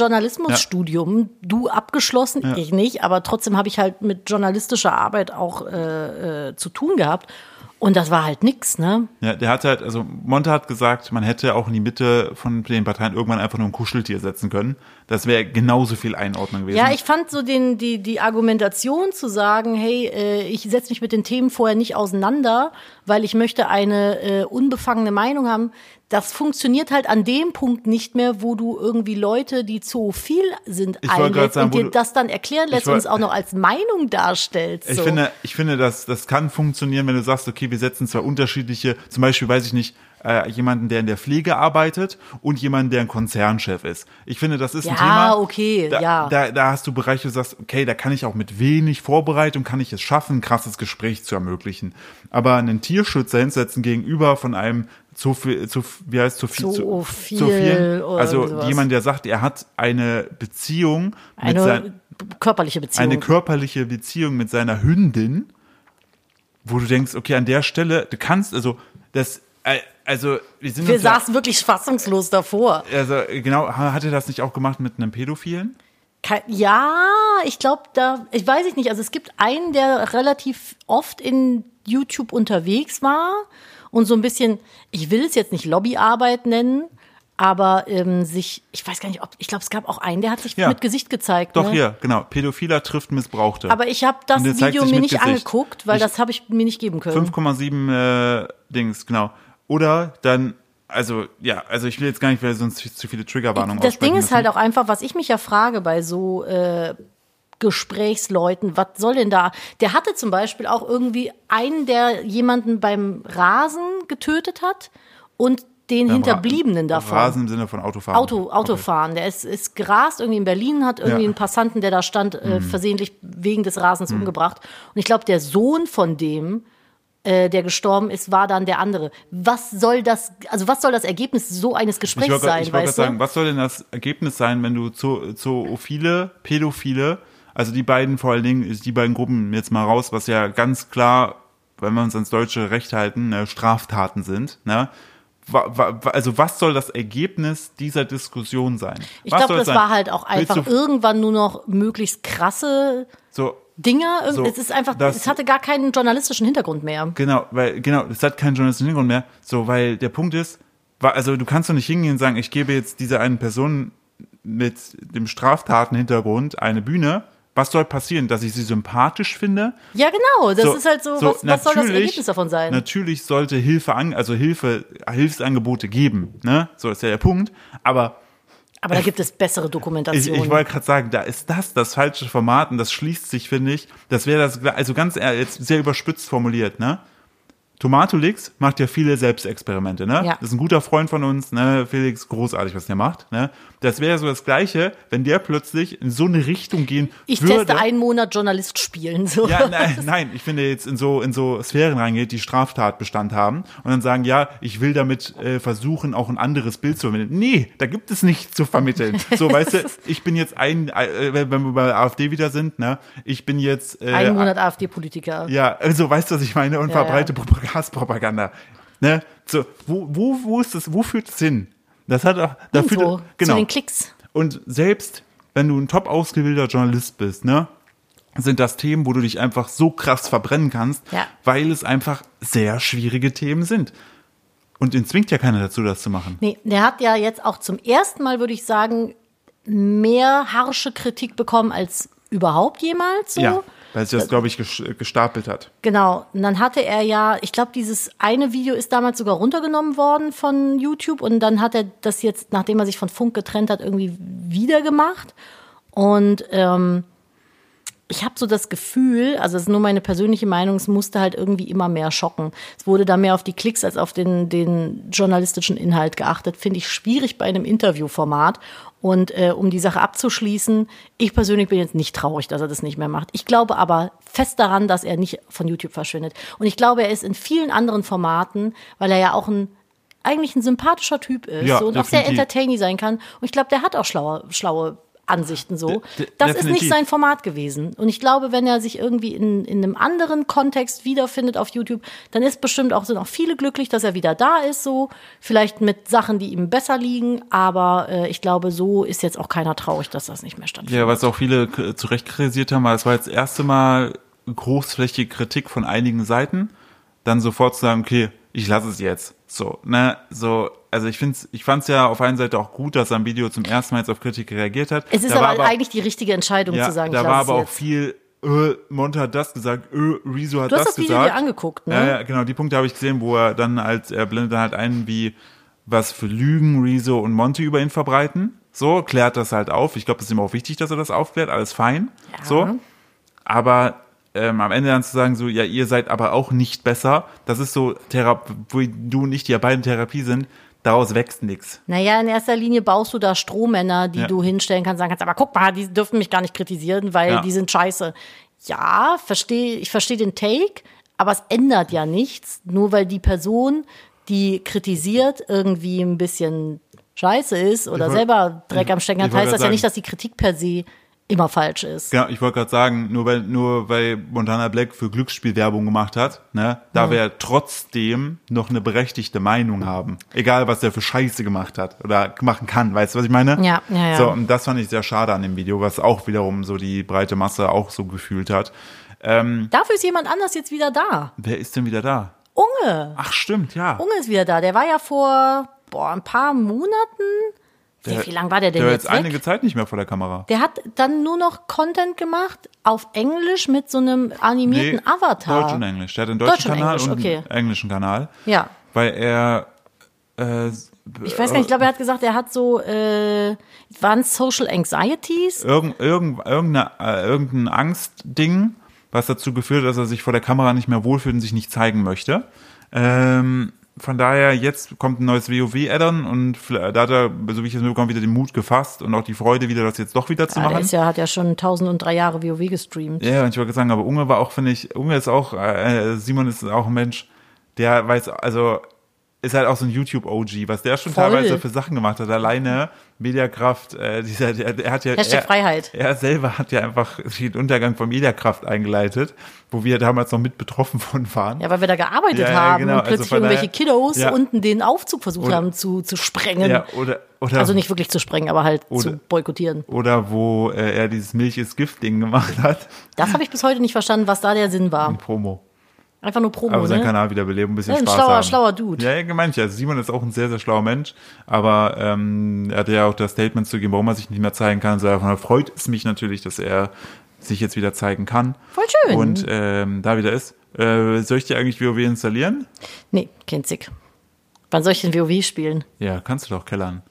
Speaker 2: Journalismusstudium. Du abgeschlossen,
Speaker 1: Ja.
Speaker 2: ich nicht, aber trotzdem habe ich halt mit journalistischer Arbeit auch äh, äh, zu tun gehabt. Und das war halt nix, ne?
Speaker 1: Ja, der hat halt, also Monte hat gesagt, man hätte auch in die Mitte von den Parteien irgendwann einfach nur ein Kuscheltier setzen können. Das wäre genauso viel Einordnung gewesen.
Speaker 2: Ja, ich fand so den, die, die Argumentation zu sagen, hey, äh, ich setze mich mit den Themen vorher nicht auseinander, weil ich möchte eine äh, unbefangene Meinung haben, das funktioniert halt an dem Punkt nicht mehr, wo du irgendwie Leute, die zu viel sind,
Speaker 1: Ich wollte gerade
Speaker 2: einlädst
Speaker 1: sagen,
Speaker 2: und
Speaker 1: wo
Speaker 2: dir
Speaker 1: du-
Speaker 2: das dann erklären lässt und
Speaker 1: wollt-
Speaker 2: es auch noch als Meinung darstellst.
Speaker 1: Ich
Speaker 2: so.
Speaker 1: finde, ich finde, das, das kann funktionieren, wenn du sagst, okay, wir setzen zwei unterschiedliche, zum Beispiel, weiß ich nicht, äh, jemanden, der in der Pflege arbeitet und jemanden, der ein Konzernchef ist. Ich finde, das ist ein
Speaker 2: Ja,
Speaker 1: Thema.
Speaker 2: okay,
Speaker 1: da,
Speaker 2: ja.
Speaker 1: Da, da hast du Bereiche, wo du sagst, okay, da kann ich auch mit wenig Vorbereitung, kann ich es schaffen, ein krasses Gespräch zu ermöglichen. Aber einen Tierschützer hinsetzen gegenüber von einem zu viel, zu, wie heißt zu viel, zu,
Speaker 2: Zoophil
Speaker 1: zu viel.
Speaker 2: oder irgendwie
Speaker 1: Also
Speaker 2: sowas.
Speaker 1: jemand, der sagt, er hat eine Beziehung mit sein,
Speaker 2: eine körperliche Beziehung.
Speaker 1: eine körperliche Beziehung mit seiner Hündin, wo du denkst, okay, an der Stelle, du kannst, also das, äh, also wir sind
Speaker 2: wir
Speaker 1: uns ja-
Speaker 2: saßen wirklich fassungslos davor.
Speaker 1: also äh, genau, ha- hat er das nicht auch gemacht mit einem Pädophilen?
Speaker 2: Ke- Ja, ich glaube, da, ich weiß ich nicht. Also es gibt einen, der relativ oft in YouTube unterwegs war und so ein bisschen, ich will es jetzt nicht Lobbyarbeit nennen, aber ähm, sich, ich weiß gar nicht, ob, ich glaube, es gab auch einen, der hat sich
Speaker 1: Ja.
Speaker 2: mit Gesicht gezeigt.
Speaker 1: Doch
Speaker 2: ne?
Speaker 1: hier, genau, Pädophiler trifft Missbrauchte.
Speaker 2: Aber ich habe das
Speaker 1: Und der zeigt
Speaker 2: Video
Speaker 1: sich
Speaker 2: mir
Speaker 1: mit
Speaker 2: nicht
Speaker 1: Gesicht.
Speaker 2: angeguckt, weil
Speaker 1: Ich-
Speaker 2: das habe ich mir nicht geben können.
Speaker 1: 5,7 äh, Dings, genau. Oder dann, also ja, also ich will jetzt gar nicht, weil sonst zu viele Triggerwarnungen
Speaker 2: Das Ding
Speaker 1: aussprechen
Speaker 2: ist
Speaker 1: müssen.
Speaker 2: halt auch einfach, was ich mich ja frage bei so äh, Gesprächsleuten, was soll denn da? Der hatte zum Beispiel auch irgendwie einen, der jemanden beim Rasen getötet hat und den
Speaker 1: Ra-
Speaker 2: Hinterbliebenen davon.
Speaker 1: Rasen im Sinne von Autofahren.
Speaker 2: Auto, Autofahren. Der ist, ist gerast irgendwie in Berlin, hat irgendwie
Speaker 1: Ja. Mhm.
Speaker 2: einen Passanten, der da stand, äh, versehentlich wegen des Rasens umgebracht. Und ich glaube, der Sohn von dem, äh, der gestorben ist, war dann der andere. Was soll das, also was soll das Ergebnis so eines
Speaker 1: Ich
Speaker 2: Gesprächs
Speaker 1: wollte
Speaker 2: sein,
Speaker 1: ich wollte
Speaker 2: weißt
Speaker 1: gerade
Speaker 2: du?
Speaker 1: sagen, was soll denn das Ergebnis sein, wenn du Zo- Zoophile, Pädophile, also die beiden vor allen Dingen, die beiden Gruppen jetzt mal raus, was ja ganz klar, wenn wir uns ans deutsche Recht halten, ne, Straftaten sind, ne? Wa- wa- wa- Also was soll das Ergebnis dieser Diskussion sein?
Speaker 2: Ich
Speaker 1: Was
Speaker 2: glaube,
Speaker 1: soll es
Speaker 2: das
Speaker 1: sein?
Speaker 2: war halt auch
Speaker 1: Willst
Speaker 2: einfach
Speaker 1: du-
Speaker 2: irgendwann nur noch möglichst krasse
Speaker 1: so
Speaker 2: Dinger. Irgend-
Speaker 1: So,
Speaker 2: es ist einfach,
Speaker 1: das-
Speaker 2: es hatte gar keinen journalistischen Hintergrund mehr.
Speaker 1: Genau, weil, genau, das hat keinen journalistischen Hintergrund mehr. So, weil der Punkt ist, wa- also du kannst doch nicht hingehen und sagen, ich gebe jetzt dieser einen Person mit dem Straftatenhintergrund eine Bühne. Was soll passieren, dass ich sie sympathisch finde?
Speaker 2: Ja, genau. Das ist halt so, was, was soll das
Speaker 1: natürlich-
Speaker 2: Ergebnis davon sein?
Speaker 1: Natürlich sollte Hilfe an, also Hilfe, Hilfsangebote geben, ne? So ist ja der Punkt. Aber
Speaker 2: Aber da gibt es bessere
Speaker 1: ich,
Speaker 2: Dokumentationen.
Speaker 1: ich wollte gerade sagen, da ist das das falsche Format und das schließt sich, finde ich. Das wäre das, also ganz ehrlich, jetzt sehr überspitzt formuliert, ne? Tomatolix macht ja viele Selbstexperimente, ne?
Speaker 2: Ja.
Speaker 1: Das ist ein guter Freund von uns, ne? Felix, großartig, was der macht, ne? Das wäre so das Gleiche, wenn der plötzlich in so eine Richtung gehen
Speaker 2: Ich
Speaker 1: würde.
Speaker 2: teste einen Monat Journalist spielen. So. (laughs)
Speaker 1: Ja, nein, nein, ich finde jetzt in so, in so Sphären reingeht, die Straftatbestand haben und dann sagen, ja, ich will damit äh, versuchen, auch ein anderes Bild zu vermitteln. Nee, da gibt es nichts zu vermitteln.
Speaker 2: (laughs)
Speaker 1: So, weißt du, ich bin jetzt ein, äh, wenn wenn wir bei AfD wieder sind, ne, ich bin jetzt äh,
Speaker 2: Ein Monat AfD-Politiker.
Speaker 1: ja, also weißt du, was ich meine? Und
Speaker 2: Ja, ja.
Speaker 1: verbreite Prop- Hasspropaganda. Ne? So, wo, wo, wo ist das, wo führt es hin? Das hat auch, da führt,
Speaker 2: So,
Speaker 1: genau.
Speaker 2: zu den Klicks.
Speaker 1: Und selbst wenn du ein top ausgebildeter Journalist bist, ne, sind das Themen, wo du dich einfach so krass verbrennen kannst,
Speaker 2: Ja.
Speaker 1: weil es einfach sehr schwierige Themen sind. Und ihn zwingt ja keiner dazu, das zu machen.
Speaker 2: Nee, der hat ja jetzt auch zum ersten Mal, würde ich sagen, mehr harsche Kritik bekommen als überhaupt jemals. So.
Speaker 1: Ja, weil sich das, glaube ich, ges- gestapelt hat.
Speaker 2: Genau. Und dann hatte er ja, ich glaube, dieses eine Video ist damals sogar runtergenommen worden von YouTube und dann hat er das jetzt, nachdem er sich von Funk getrennt hat, irgendwie wieder gemacht. Und ähm, ich habe so das Gefühl, also das ist nur meine persönliche Meinung, es musste halt irgendwie immer mehr schocken. Es wurde da mehr auf die Klicks als auf den, den journalistischen Inhalt geachtet. Finde ich schwierig bei einem Interviewformat. Und äh, um die Sache abzuschließen, ich persönlich bin jetzt nicht traurig, dass er das nicht mehr macht. Ich glaube aber fest daran, dass er nicht von YouTube verschwindet. Und ich glaube, er ist in vielen anderen Formaten, weil er ja auch ein eigentlich ein sympathischer Typ ist
Speaker 1: Ja,
Speaker 2: so, und auch sehr
Speaker 1: definitiv.
Speaker 2: entertaining sein kann. Und ich glaube, der hat auch schlaue, schlaue Ansichten so.
Speaker 1: De- de-
Speaker 2: Das ist nicht
Speaker 1: definitiv.
Speaker 2: sein Format gewesen. Und ich glaube, wenn er sich irgendwie in, in einem anderen Kontext wiederfindet auf YouTube, dann ist bestimmt auch, sind auch viele glücklich, dass er wieder da ist, so. Vielleicht mit Sachen, die ihm besser liegen, aber äh, ich glaube, so ist jetzt auch keiner traurig, dass das nicht mehr stattfindet.
Speaker 1: Ja, was auch viele k- zu Recht kritisiert haben, weil es war jetzt das erste Mal großflächige Kritik von einigen Seiten, dann sofort zu sagen, okay, ich lasse es jetzt. So, ne, so, also ich find's, ich fand's ja auf einer Seite auch gut, dass am Video zum ersten Mal jetzt auf Kritik reagiert hat.
Speaker 2: Es ist
Speaker 1: Da war
Speaker 2: aber, eigentlich die richtige Entscheidung
Speaker 1: ja,
Speaker 2: zu sagen,
Speaker 1: da
Speaker 2: ich
Speaker 1: war
Speaker 2: lasse
Speaker 1: aber auch
Speaker 2: es jetzt.
Speaker 1: viel, äh, Monte hat das gesagt, äh, Rezo hat
Speaker 2: Du hast
Speaker 1: das
Speaker 2: das Video
Speaker 1: gesagt.
Speaker 2: dir angeguckt, ne?
Speaker 1: Ja, ja, genau, die Punkte habe ich gesehen, wo er dann als, er blendet dann halt ein, wie, was für Lügen Rezo und Monte über ihn verbreiten. So, klärt das halt auf. Ich glaube, es ist ihm auch wichtig, dass er das aufklärt, alles fein.
Speaker 2: Ja.
Speaker 1: So. Aber ähm, am Ende dann zu sagen, so, ja, ihr seid aber auch nicht besser, das ist so, Thera wo du und ich, die ja beide in Therapie sind, daraus wächst nichts.
Speaker 2: Naja, in erster Linie baust du da Strohmänner, die
Speaker 1: Ja.
Speaker 2: du hinstellen kannst, sagen kannst, aber guck mal, die dürfen mich gar nicht kritisieren, weil
Speaker 1: Ja.
Speaker 2: die sind scheiße. Ja, verstehe, ich verstehe den Take, aber es ändert ja nichts, nur weil die Person, die kritisiert, irgendwie ein bisschen scheiße ist oder
Speaker 1: wollt-
Speaker 2: selber Dreck am Stecken
Speaker 1: ich
Speaker 2: hat,
Speaker 1: wollte
Speaker 2: heißt das
Speaker 1: grad
Speaker 2: ja nicht,
Speaker 1: sagen.
Speaker 2: dass die Kritik per se immer falsch ist.
Speaker 1: Genau, ich wollte gerade sagen, nur weil, nur weil Montana Black für Glücksspielwerbung gemacht hat, ne, da wir trotzdem noch eine berechtigte Meinung haben. Egal, was der für Scheiße gemacht hat oder machen kann, weißt du, was ich meine?
Speaker 2: Ja, ja, ja.
Speaker 1: So, und das fand ich sehr schade an dem Video, was auch wiederum so die breite Masse auch so gefühlt hat. Ähm,
Speaker 2: Dafür ist jemand anders jetzt wieder da.
Speaker 1: wer ist denn wieder da?
Speaker 2: Unge.
Speaker 1: Ach, stimmt, ja.
Speaker 2: Unge ist wieder da. Der war ja vor boah, ein paar Monaten. Wie
Speaker 1: Der-
Speaker 2: viel lang war der denn
Speaker 1: Der war
Speaker 2: jetzt?
Speaker 1: jetzt
Speaker 2: weg?
Speaker 1: einige Zeit nicht mehr vor der Kamera.
Speaker 2: Der hat dann nur noch Content gemacht auf Englisch mit so einem animierten Avatar.
Speaker 1: Deutsch und Englisch. Der hat einen deutschen
Speaker 2: Deutsch und
Speaker 1: Kanal
Speaker 2: Englisch,
Speaker 1: und
Speaker 2: okay.
Speaker 1: einen englischen Kanal.
Speaker 2: Ja.
Speaker 1: Weil er, äh,
Speaker 2: Ich weiß gar nicht, ich glaube, er hat gesagt, er hat so, äh, waren Social Anxieties?
Speaker 1: irgend, irgend, irgendeine, äh, irgendein Angstding, was dazu geführt hat, dass er sich vor der Kamera nicht mehr wohlfühlt und sich nicht zeigen möchte. Ähm, von daher, jetzt kommt ein neues WoW-Addon und vielleicht- da hat er, so wie ich es mitbekomme, wieder den Mut gefasst und auch die Freude, wieder das jetzt doch wieder zu
Speaker 2: Ja, Ah, der
Speaker 1: machen.
Speaker 2: ist ja, hat ja schon 1003 Jahre WoW gestreamt.
Speaker 1: Ja, und ich wollte sagen, aber Unge war auch, finde ich, Unge ist auch, äh, Simon ist auch ein Mensch, der weiß, also ist halt auch so ein YouTube-OG, was der schon
Speaker 2: Voll.
Speaker 1: teilweise für Sachen gemacht hat. Alleine Mediakraft, äh, dieser, der, der hat ja.
Speaker 2: Hashtag
Speaker 1: er,
Speaker 2: Freiheit.
Speaker 1: Er selber hat ja einfach den Untergang von Mediakraft eingeleitet, wo wir damals noch mit betroffen von waren.
Speaker 2: Ja, weil wir da gearbeitet
Speaker 1: Ja, ja,
Speaker 2: haben
Speaker 1: genau.
Speaker 2: und
Speaker 1: Also
Speaker 2: plötzlich
Speaker 1: von daher-
Speaker 2: irgendwelche Kiddos
Speaker 1: Ja.
Speaker 2: unten den Aufzug versucht
Speaker 1: Oder-
Speaker 2: haben zu, zu sprengen.
Speaker 1: Ja, oder, oder,
Speaker 2: Also nicht wirklich zu sprengen, aber halt zu
Speaker 1: Oder-
Speaker 2: boykottieren.
Speaker 1: oder wo äh, er dieses Milch ist Gift-Ding gemacht hat.
Speaker 2: Das habe ich bis heute nicht verstanden, was da der Sinn war.
Speaker 1: Promo.
Speaker 2: Einfach nur Promo,
Speaker 1: Aber seinen
Speaker 2: ne?
Speaker 1: Kanal wiederbeleben, ein bisschen
Speaker 2: Ja, ein
Speaker 1: Spaß
Speaker 2: schlauer-
Speaker 1: haben.
Speaker 2: schlauer Dude.
Speaker 1: Ja, ja, gemeint. ja. Also Simon ist auch ein sehr, sehr schlauer Mensch. Aber ähm, er hatte ja auch das Statement zu geben, warum er sich nicht mehr zeigen kann. So, Davon freut es mich natürlich, dass er sich jetzt wieder zeigen kann.
Speaker 2: Voll schön.
Speaker 1: Und ähm, da wieder ist. Äh, soll ich dir eigentlich WoW installieren?
Speaker 2: Nee, kein Zick. Wann soll ich denn WoW spielen?
Speaker 1: Ja, kannst du doch kellern.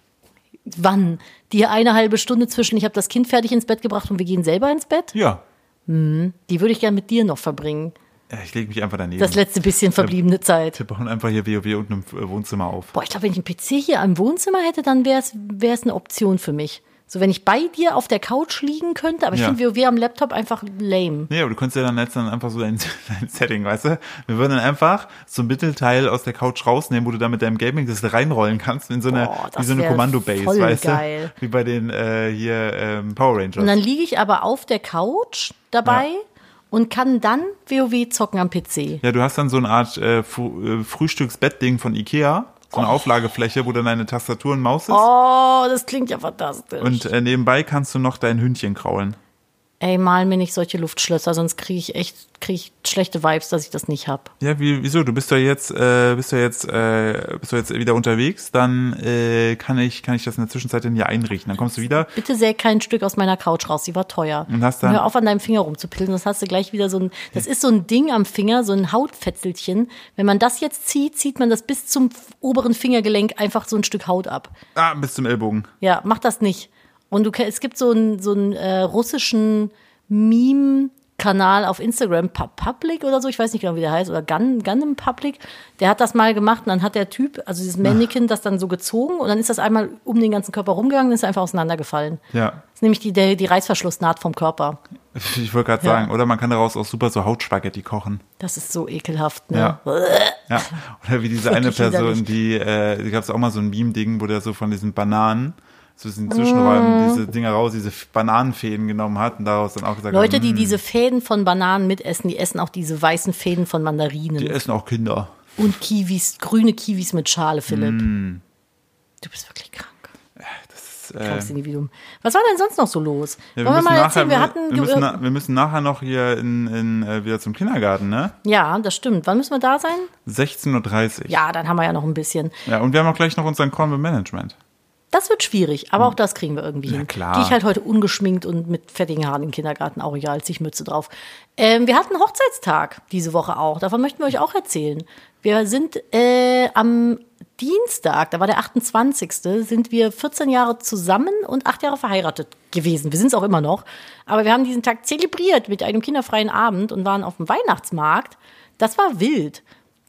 Speaker 2: Wann? Die eine halbe Stunde zwischen, ich habe das Kind fertig ins Bett gebracht und wir gehen selber ins Bett?
Speaker 1: Ja.
Speaker 2: Die würde ich gern mit dir noch verbringen.
Speaker 1: Ja, Ich lege mich einfach daneben.
Speaker 2: Das letzte bisschen verbliebene Zeit.
Speaker 1: Wir bauen einfach hier WoW unten im äh, Wohnzimmer auf.
Speaker 2: Boah, ich glaube, wenn ich einen PC hier im Wohnzimmer hätte, dann wäre es eine Option für mich. So, wenn ich bei dir auf der Couch liegen könnte, aber ich
Speaker 1: Ja.
Speaker 2: finde WoW am Laptop einfach lame.
Speaker 1: Nee, aber du könntest ja dann jetzt dann einfach so dein, (laughs) dein Setting, weißt du? Wir würden dann einfach so ein Mittelteil aus der Couch rausnehmen, wo du dann mit deinem gaming das reinrollen kannst, in so eine,
Speaker 2: Boah, das
Speaker 1: wie so eine
Speaker 2: wär
Speaker 1: Kommando-Base,
Speaker 2: voll
Speaker 1: weißt
Speaker 2: geil.
Speaker 1: du? Wie bei den äh, hier ähm, Power Rangers.
Speaker 2: Und dann liege ich aber auf der Couch dabei
Speaker 1: Ja.
Speaker 2: und kann dann WoW zocken am PC.
Speaker 1: ja, du hast dann so eine Art äh, Fu- äh, Frühstücksbettding von Ikea, so eine Auflagefläche, wo dann deine Tastatur und Maus ist.
Speaker 2: Oh, das klingt ja fantastisch.
Speaker 1: Und äh, nebenbei kannst du noch dein Hündchen kraulen.
Speaker 2: Ey, mal mir nicht solche Luftschlösser, sonst kriege ich echt krieg ich schlechte Vibes, dass ich das nicht hab.
Speaker 1: Ja, wie, wieso? Du bist doch jetzt, äh, bist doch jetzt, äh, bist doch jetzt wieder unterwegs. Dann äh, kann ich, kann ich das in der Zwischenzeit dann hier einrichten. Dann kommst du wieder.
Speaker 2: Bitte säg kein Stück aus meiner Couch raus, die war teuer.
Speaker 1: Und hast dann-
Speaker 2: Hör auf, an deinem Finger rumzupillen, sonst hast du gleich wieder so ein, das ist so ein Ding am Finger, so ein Hautfetzelchen. Wenn man das jetzt zieht, zieht man das bis zum f- oberen Fingergelenk einfach so ein Stück Haut ab.
Speaker 1: Ah, bis zum Ellbogen. (laughs)
Speaker 2: Ja, mach das nicht. Und du, ke- es gibt so einen so einen äh, russischen Meme-Kanal auf Instagram, Pu- Public oder so, ich weiß nicht genau, wie der heißt, oder Gun, Gundam Public. Der hat das mal gemacht und dann hat der Typ, also dieses Mannequin, das dann so gezogen und dann ist das einmal um den ganzen Körper rumgegangen und ist einfach auseinandergefallen.
Speaker 1: Ja.
Speaker 2: Das ist nämlich die, der, die Reißverschlussnaht vom Körper.
Speaker 1: Ich wollte gerade sagen, oder man kann daraus auch super so Hautspaghetti kochen.
Speaker 2: Das ist so ekelhaft, ne?
Speaker 1: Ja.
Speaker 2: (laughs)
Speaker 1: Ja. Oder wie diese eine
Speaker 2: Wirklich
Speaker 1: Person,
Speaker 2: widerlich.
Speaker 1: die, äh, da gab es auch mal so ein Meme-Ding, wo der so von diesen Bananen, so diesen
Speaker 2: Mm.
Speaker 1: Zwischenräumen, diese Dinger raus, diese F- Bananenfäden genommen hat und daraus dann auch gesagt
Speaker 2: Leute,
Speaker 1: hat,
Speaker 2: die
Speaker 1: "Mm,
Speaker 2: diese Fäden von Bananen mitessen, die essen auch diese weißen Fäden von Mandarinen.
Speaker 1: die essen auch Kinder.
Speaker 2: Und Kiwis, grüne Kiwis mit Schale, Philipp.
Speaker 1: Mm.
Speaker 2: Du bist wirklich krank.
Speaker 1: Das, äh,
Speaker 2: Krankes Individuum. Was war denn sonst noch so los?
Speaker 1: ja, wir,
Speaker 2: Wollen wir
Speaker 1: müssen
Speaker 2: mal
Speaker 1: nachher,
Speaker 2: erzählen, wir hatten.
Speaker 1: wir, müssen na, wir müssen nachher noch hier in, in, äh, wieder zum Kindergarten, ne?
Speaker 2: ja, das stimmt. Wann müssen wir da sein?
Speaker 1: 16.30 Uhr.
Speaker 2: Ja, dann haben wir ja noch ein bisschen.
Speaker 1: ja. Und wir haben auch gleich noch unseren Call mit Management.
Speaker 2: Das wird schwierig, aber auch das kriegen wir irgendwie hin.
Speaker 1: klar.
Speaker 2: Gehe ich halt heute ungeschminkt und mit fettigen Haaren in den Kindergarten, auch egal, ziehe ich Mütze drauf. Ähm, wir hatten einen Hochzeitstag diese Woche auch. Davon möchten wir euch auch erzählen. Wir sind äh, am Dienstag, da war der 28. sind wir 14 Jahre zusammen und 8 Jahre verheiratet gewesen. Wir sind es auch immer noch. Aber wir haben diesen Tag zelebriert mit einem kinderfreien Abend und waren auf dem Weihnachtsmarkt. Das war wild.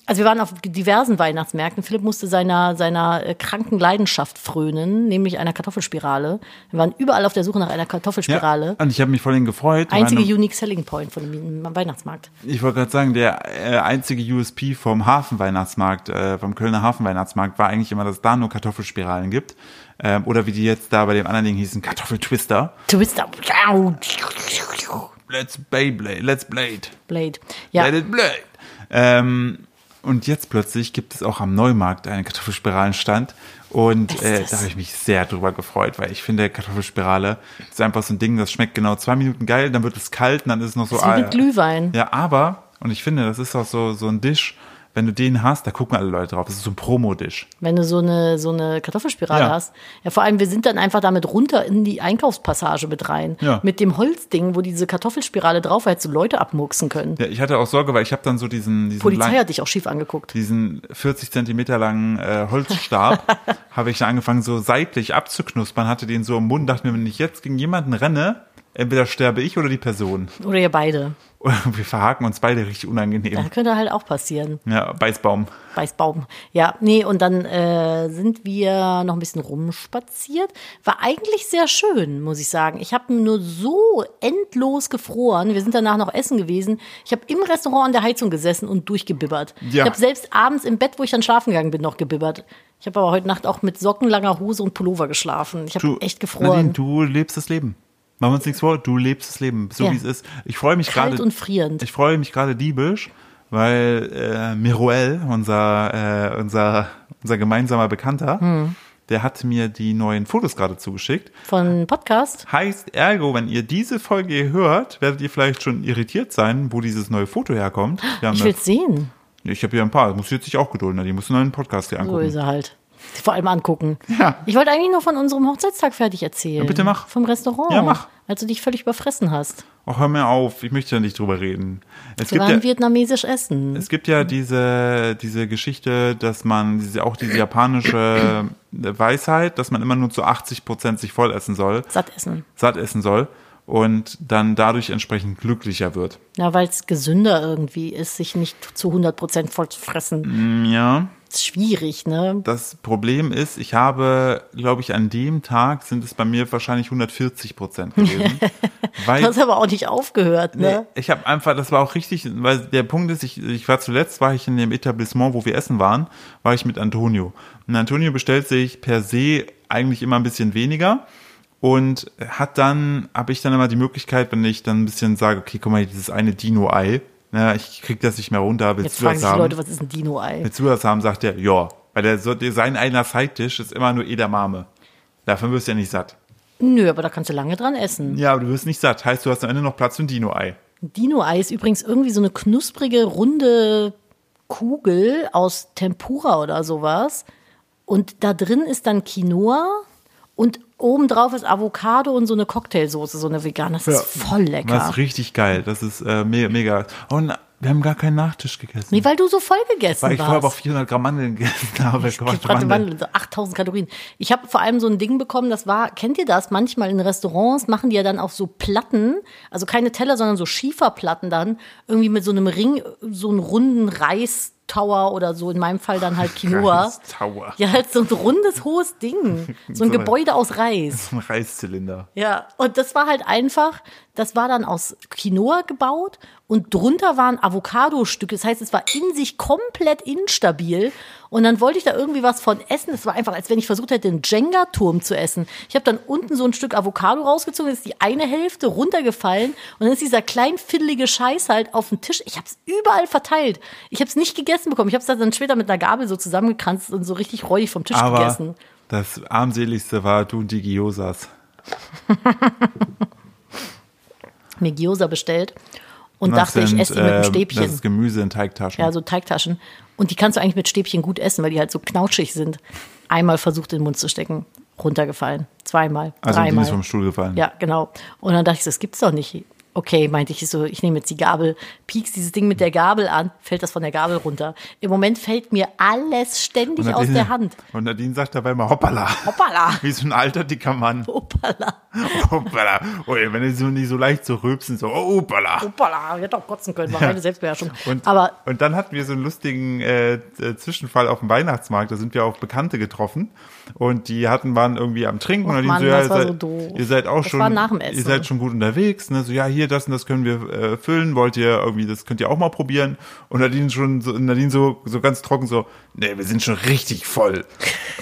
Speaker 2: Also wir waren auf diversen Weihnachtsmärkten. Philipp musste seiner, seiner äh, kranken Leidenschaft frönen, nämlich einer Kartoffelspirale. Wir waren überall auf der Suche nach einer Kartoffelspirale.
Speaker 1: Und ich habe mich vorhin gefreut.
Speaker 2: Einzige
Speaker 1: meine,
Speaker 2: Unique Selling Point von dem Weihnachtsmarkt.
Speaker 1: ich wollte gerade sagen, der äh, einzige USP vom Hafenweihnachtsmarkt, äh, vom Kölner Hafenweihnachtsmarkt, war eigentlich immer, dass es da nur Kartoffelspiralen gibt. Ähm, oder wie die jetzt da bei dem anderen Ding hießen, Kartoffeltwister.
Speaker 2: Twister.
Speaker 1: Let's Beyblade, let's Blade.
Speaker 2: Blade. Ja,
Speaker 1: Let it blade. Ähm, und jetzt plötzlich gibt es auch am Neumarkt einen Kartoffelspiralenstand. Und
Speaker 2: Bestes.
Speaker 1: äh, da habe ich mich sehr drüber gefreut, weil ich finde, Kartoffelspirale ist einfach so ein Ding, das schmeckt genau zwei Minuten geil, dann wird es kalt und dann ist es noch so. ah,
Speaker 2: ist wie mit Glühwein.
Speaker 1: Ja, aber, und ich finde, das ist auch so, so ein Dish, wenn du den hast, da gucken alle Leute drauf. Das ist so ein Promo-Dish.
Speaker 2: wenn du so eine, so eine Kartoffelspirale
Speaker 1: Ja.
Speaker 2: hast. Ja, vor allem, wir sind dann einfach damit runter in die Einkaufspassage mit rein.
Speaker 1: Ja.
Speaker 2: Mit dem Holzding, wo diese Kartoffelspirale drauf war, hättest du Leute abmurksen können.
Speaker 1: Ja, ich hatte auch Sorge, weil ich habe dann so diesen, diesen
Speaker 2: Polizei
Speaker 1: lang-
Speaker 2: hat dich auch schief angeguckt.
Speaker 1: diesen 40 Zentimeter langen äh,
Speaker 2: (laughs)
Speaker 1: Holzstab habe ich dann angefangen, so seitlich abzuknuspern, hatte den so im Mund, dachte mir, wenn ich jetzt gegen jemanden renne, entweder sterbe ich oder die Person.
Speaker 2: Oder ihr beide.
Speaker 1: Oder wir verhaken uns beide richtig unangenehm.
Speaker 2: Das könnte halt auch passieren.
Speaker 1: Ja, Beißbaum.
Speaker 2: Weißbaum. Ja, nee, und dann äh, sind wir noch ein bisschen rumspaziert. War eigentlich sehr schön, muss ich sagen. Ich habe nur so endlos gefroren. Wir sind danach noch essen gewesen. Ich habe im Restaurant an der Heizung gesessen und durchgebibbert.
Speaker 1: Ja.
Speaker 2: Ich habe selbst abends im Bett, wo ich dann schlafen gegangen bin, noch gebibbert. Ich habe aber heute Nacht auch mit Socken, langer Hose und Pullover geschlafen. Ich habe echt
Speaker 1: Nadine,
Speaker 2: gefroren.
Speaker 1: du lebst das Leben. Machen wir uns nichts vor, du lebst das Leben, so
Speaker 2: Ja.
Speaker 1: wie es ist. Ich freue mich
Speaker 2: Kalt
Speaker 1: gerade.
Speaker 2: und frierend.
Speaker 1: Ich freue mich gerade diebisch, weil äh, Miruel, unser, äh, unser, unser gemeinsamer Bekannter,
Speaker 2: Hm.
Speaker 1: der hat mir die neuen Fotos gerade zugeschickt.
Speaker 2: Von Podcast.
Speaker 1: Heißt ergo, wenn ihr diese Folge hier hört, werdet ihr vielleicht schon irritiert sein, wo dieses neue Foto
Speaker 2: (gasps)
Speaker 1: herkommt. Wir haben
Speaker 2: Ich
Speaker 1: eine-
Speaker 2: will's sehen.
Speaker 1: ich habe hier ein paar. Muss jetzt sich auch gedulden. ne? Die muss einen neuen Podcast hier
Speaker 2: So
Speaker 1: angucken.
Speaker 2: ist er halt. Vor allem angucken.
Speaker 1: Ja.
Speaker 2: Ich wollte eigentlich noch von unserem Hochzeitstag fertig erzählen.
Speaker 1: bitte mach.
Speaker 2: Vom Restaurant.
Speaker 1: Ja, mach.
Speaker 2: Als du dich völlig überfressen hast.
Speaker 1: Ach, hör mir auf. Ich möchte ja nicht drüber reden. Es
Speaker 2: Wir
Speaker 1: gibt
Speaker 2: waren
Speaker 1: ja,
Speaker 2: vietnamesisch essen.
Speaker 1: es gibt ja diese, diese Geschichte, dass man, diese, auch diese japanische
Speaker 2: (clears throat)
Speaker 1: Weisheit, dass man immer nur zu 80 Prozent sich voll essen soll,
Speaker 2: Satt essen.
Speaker 1: satt essen soll. und dann dadurch entsprechend glücklicher wird.
Speaker 2: Ja, weil es gesünder irgendwie ist, sich nicht zu 100% voll zu
Speaker 1: Mhm.
Speaker 2: fressen.
Speaker 1: Ja.
Speaker 2: Ist schwierig, ne?
Speaker 1: Das Problem ist, ich habe, glaube ich, an dem Tag sind es bei mir wahrscheinlich 140
Speaker 2: (laughs)
Speaker 1: Prozent gewesen. weil
Speaker 2: Du hast aber auch nicht aufgehört,
Speaker 1: Nee,
Speaker 2: ne?
Speaker 1: ich habe einfach, das war auch richtig, weil der Punkt ist, ich, ich war zuletzt, war ich in dem Etablissement, wo wir essen waren, war ich mit Antonio. Und Antonio bestellt sich per se eigentlich immer ein bisschen weniger und hat dann, habe ich dann immer die Möglichkeit, wenn ich dann ein bisschen sage, okay, guck mal, hier dieses eine Dino-Ei, ne, ich krieg das nicht mehr runter,
Speaker 2: Jetzt
Speaker 1: willst du
Speaker 2: fragen
Speaker 1: das
Speaker 2: sich die
Speaker 1: haben?
Speaker 2: Leute, was ist ein Dino-Ei?
Speaker 1: Willst du das haben, sagt er, ja. Weil der, so- sein einer Side-Dish ist immer nur Edamame. Davon wirst du ja nicht satt.
Speaker 2: Nö, aber da kannst du lange dran essen.
Speaker 1: Ja, aber du wirst nicht satt. Heißt, du hast am Ende noch Platz für ein Dino-Ei.
Speaker 2: Dino-Ei ist übrigens irgendwie so eine knusprige, runde Kugel aus Tempura oder sowas. Und da drin ist dann Quinoa und obendrauf ist Avocado und so eine Cocktailsoße, so eine vegane. Das ist voll
Speaker 1: Das
Speaker 2: lecker.
Speaker 1: ist richtig geil. Das ist äh, me mega. Oh, na, wir haben gar keinen Nachtisch gegessen.
Speaker 2: Nee, weil du so voll gegessen
Speaker 1: weil ich
Speaker 2: warst.
Speaker 1: vorher aber auch 400 Gramm Mandeln gegessen habe. Gebrachte
Speaker 2: Gebrannte
Speaker 1: Mandeln.
Speaker 2: Mandeln, so 8000 Kalorien. Ich habe vor allem so ein Ding bekommen, das war, kennt ihr das? Manchmal in Restaurants machen die ja dann auf so Platten, also keine Teller, sondern so Schieferplatten dann, irgendwie mit so einem Ring, so einen runden Reistower oder so, in meinem Fall dann halt Quinoa.
Speaker 1: Reistower.
Speaker 2: Ja, halt so ein rundes, hohes (laughs) Ding. So ein
Speaker 1: So.
Speaker 2: Gebäude aus Reis.
Speaker 1: So ein Reiszylinder.
Speaker 2: Ja, und das war halt einfach, das war dann aus Quinoa gebaut und drunter waren Avocado-Stücke. Das heißt, es war in sich komplett instabil. Und dann wollte ich da irgendwie was von essen. Es war einfach, als wenn ich versucht hätte, einen Jenga-Turm zu essen. Ich habe dann unten so ein Stück Avocado rausgezogen, ist die eine Hälfte runtergefallen und dann ist dieser klein fiddelige Scheiß halt auf den Tisch. Ich habe es überall verteilt. Ich habe es nicht gegessen bekommen. Ich habe es dann später mit einer Gabel so zusammengekranzt und so richtig räudig vom Tisch
Speaker 1: Aber
Speaker 2: gegessen.
Speaker 1: das armseligste war du und die Giosas.
Speaker 2: mir Gyoza bestellt und
Speaker 1: Das
Speaker 2: dachte, ich
Speaker 1: sind,
Speaker 2: esse die mit
Speaker 1: ähm,
Speaker 2: einem
Speaker 1: Das
Speaker 2: Stäbchen.
Speaker 1: ist Gemüse in Teigtaschen.
Speaker 2: Ja, so Teigtaschen. Und die kannst du eigentlich mit Stäbchen gut essen, weil die halt so knautschig sind. Einmal versucht, in den Mund zu stecken, runtergefallen. Zweimal,
Speaker 1: also die
Speaker 2: dreimal.
Speaker 1: ist vom Stuhl gefallen.
Speaker 2: Ja, genau. Und dann dachte ich so, das gibt's doch nicht. Okay, meinte ich so, ich nehme jetzt die Gabel, piekst dieses Ding mit der Gabel an, fällt das von der Gabel runter. Im Moment fällt mir alles ständig
Speaker 1: Und
Speaker 2: aus
Speaker 1: Nadine-
Speaker 2: der Hand.
Speaker 1: Und Nadine sagt dabei immer Hoppala.
Speaker 2: Hoppala.
Speaker 1: (laughs) Wie so ein alter dicker Mann.
Speaker 2: (laughs) Hoppala,
Speaker 1: Hoppala. Oh, ey, wenn die so nicht so leicht zu rülpsen, so oh, hoppala.
Speaker 2: hoppala, ich hätte auch kotzen können, war Oh, meine Selbstbeherrschung.
Speaker 1: Und,
Speaker 2: Aber
Speaker 1: und dann hatten wir so einen lustigen äh, äh, Zwischenfall auf dem Weihnachtsmarkt. Da sind wir auf Bekannte getroffen und die hatten waren irgendwie am Trinken.
Speaker 2: Och
Speaker 1: und die
Speaker 2: Mann,
Speaker 1: so, ja,
Speaker 2: das
Speaker 1: ihr
Speaker 2: war
Speaker 1: seid,
Speaker 2: so doof.
Speaker 1: Ihr seid auch
Speaker 2: Das
Speaker 1: schon,
Speaker 2: war nach dem Essen.
Speaker 1: ihr seid schon gut unterwegs. Ne? So ja, hier das und das können wir äh, füllen. Wollt ihr irgendwie das könnt ihr auch mal probieren? Und Nadine schon, so, Nadine so so ganz trocken so, nee, wir sind schon richtig voll.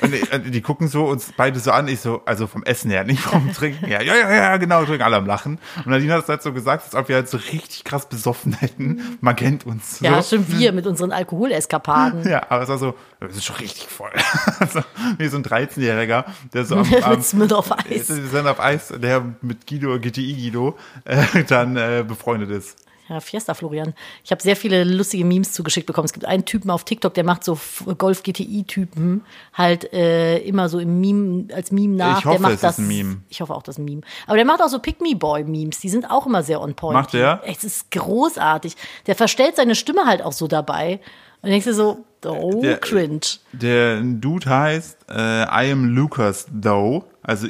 Speaker 1: und die, und die gucken so uns beide so an. Ich so, also vom Essen her, nicht vom Trinken her. Ja, ja, ja, genau, trinken alle am Lachen. Und Nadine hat es halt so gesagt, als ob wir halt so richtig krass besoffen hätten. Man kennt uns.
Speaker 2: ja,
Speaker 1: so. Hm.
Speaker 2: schon wir mit unseren (laughs) Alkoholeskapaden.
Speaker 1: Ja, aber es war so, wir sind schon richtig voll. (laughs) Also, wie so ein 13-Jähriger, der so am, am
Speaker 2: (laughs) mit Smith auf
Speaker 1: wir
Speaker 2: Eis.
Speaker 1: sind auf Eis, der mit Guido, GTI Guido, äh, dann äh, befreundet ist.
Speaker 2: Ja, Fiesta Florian. Ich habe sehr viele lustige Memes zugeschickt bekommen. Es gibt einen Typen auf TikTok, der macht so F- Golf GTI Typen halt äh, immer so im Meme als Meme nach.
Speaker 1: Ich hoffe,
Speaker 2: der macht
Speaker 1: es ist
Speaker 2: das
Speaker 1: ein Meme.
Speaker 2: Ich hoffe auch das Meme. Aber der macht auch so Pick Me Boy Memes, die sind auch immer sehr on point.
Speaker 1: Macht der?
Speaker 2: Es ist großartig. Der verstellt seine Stimme halt auch so dabei und denkst dir so, oh
Speaker 1: Der-
Speaker 2: cringe.
Speaker 1: Der Dude heißt äh, I am Lucas Though, also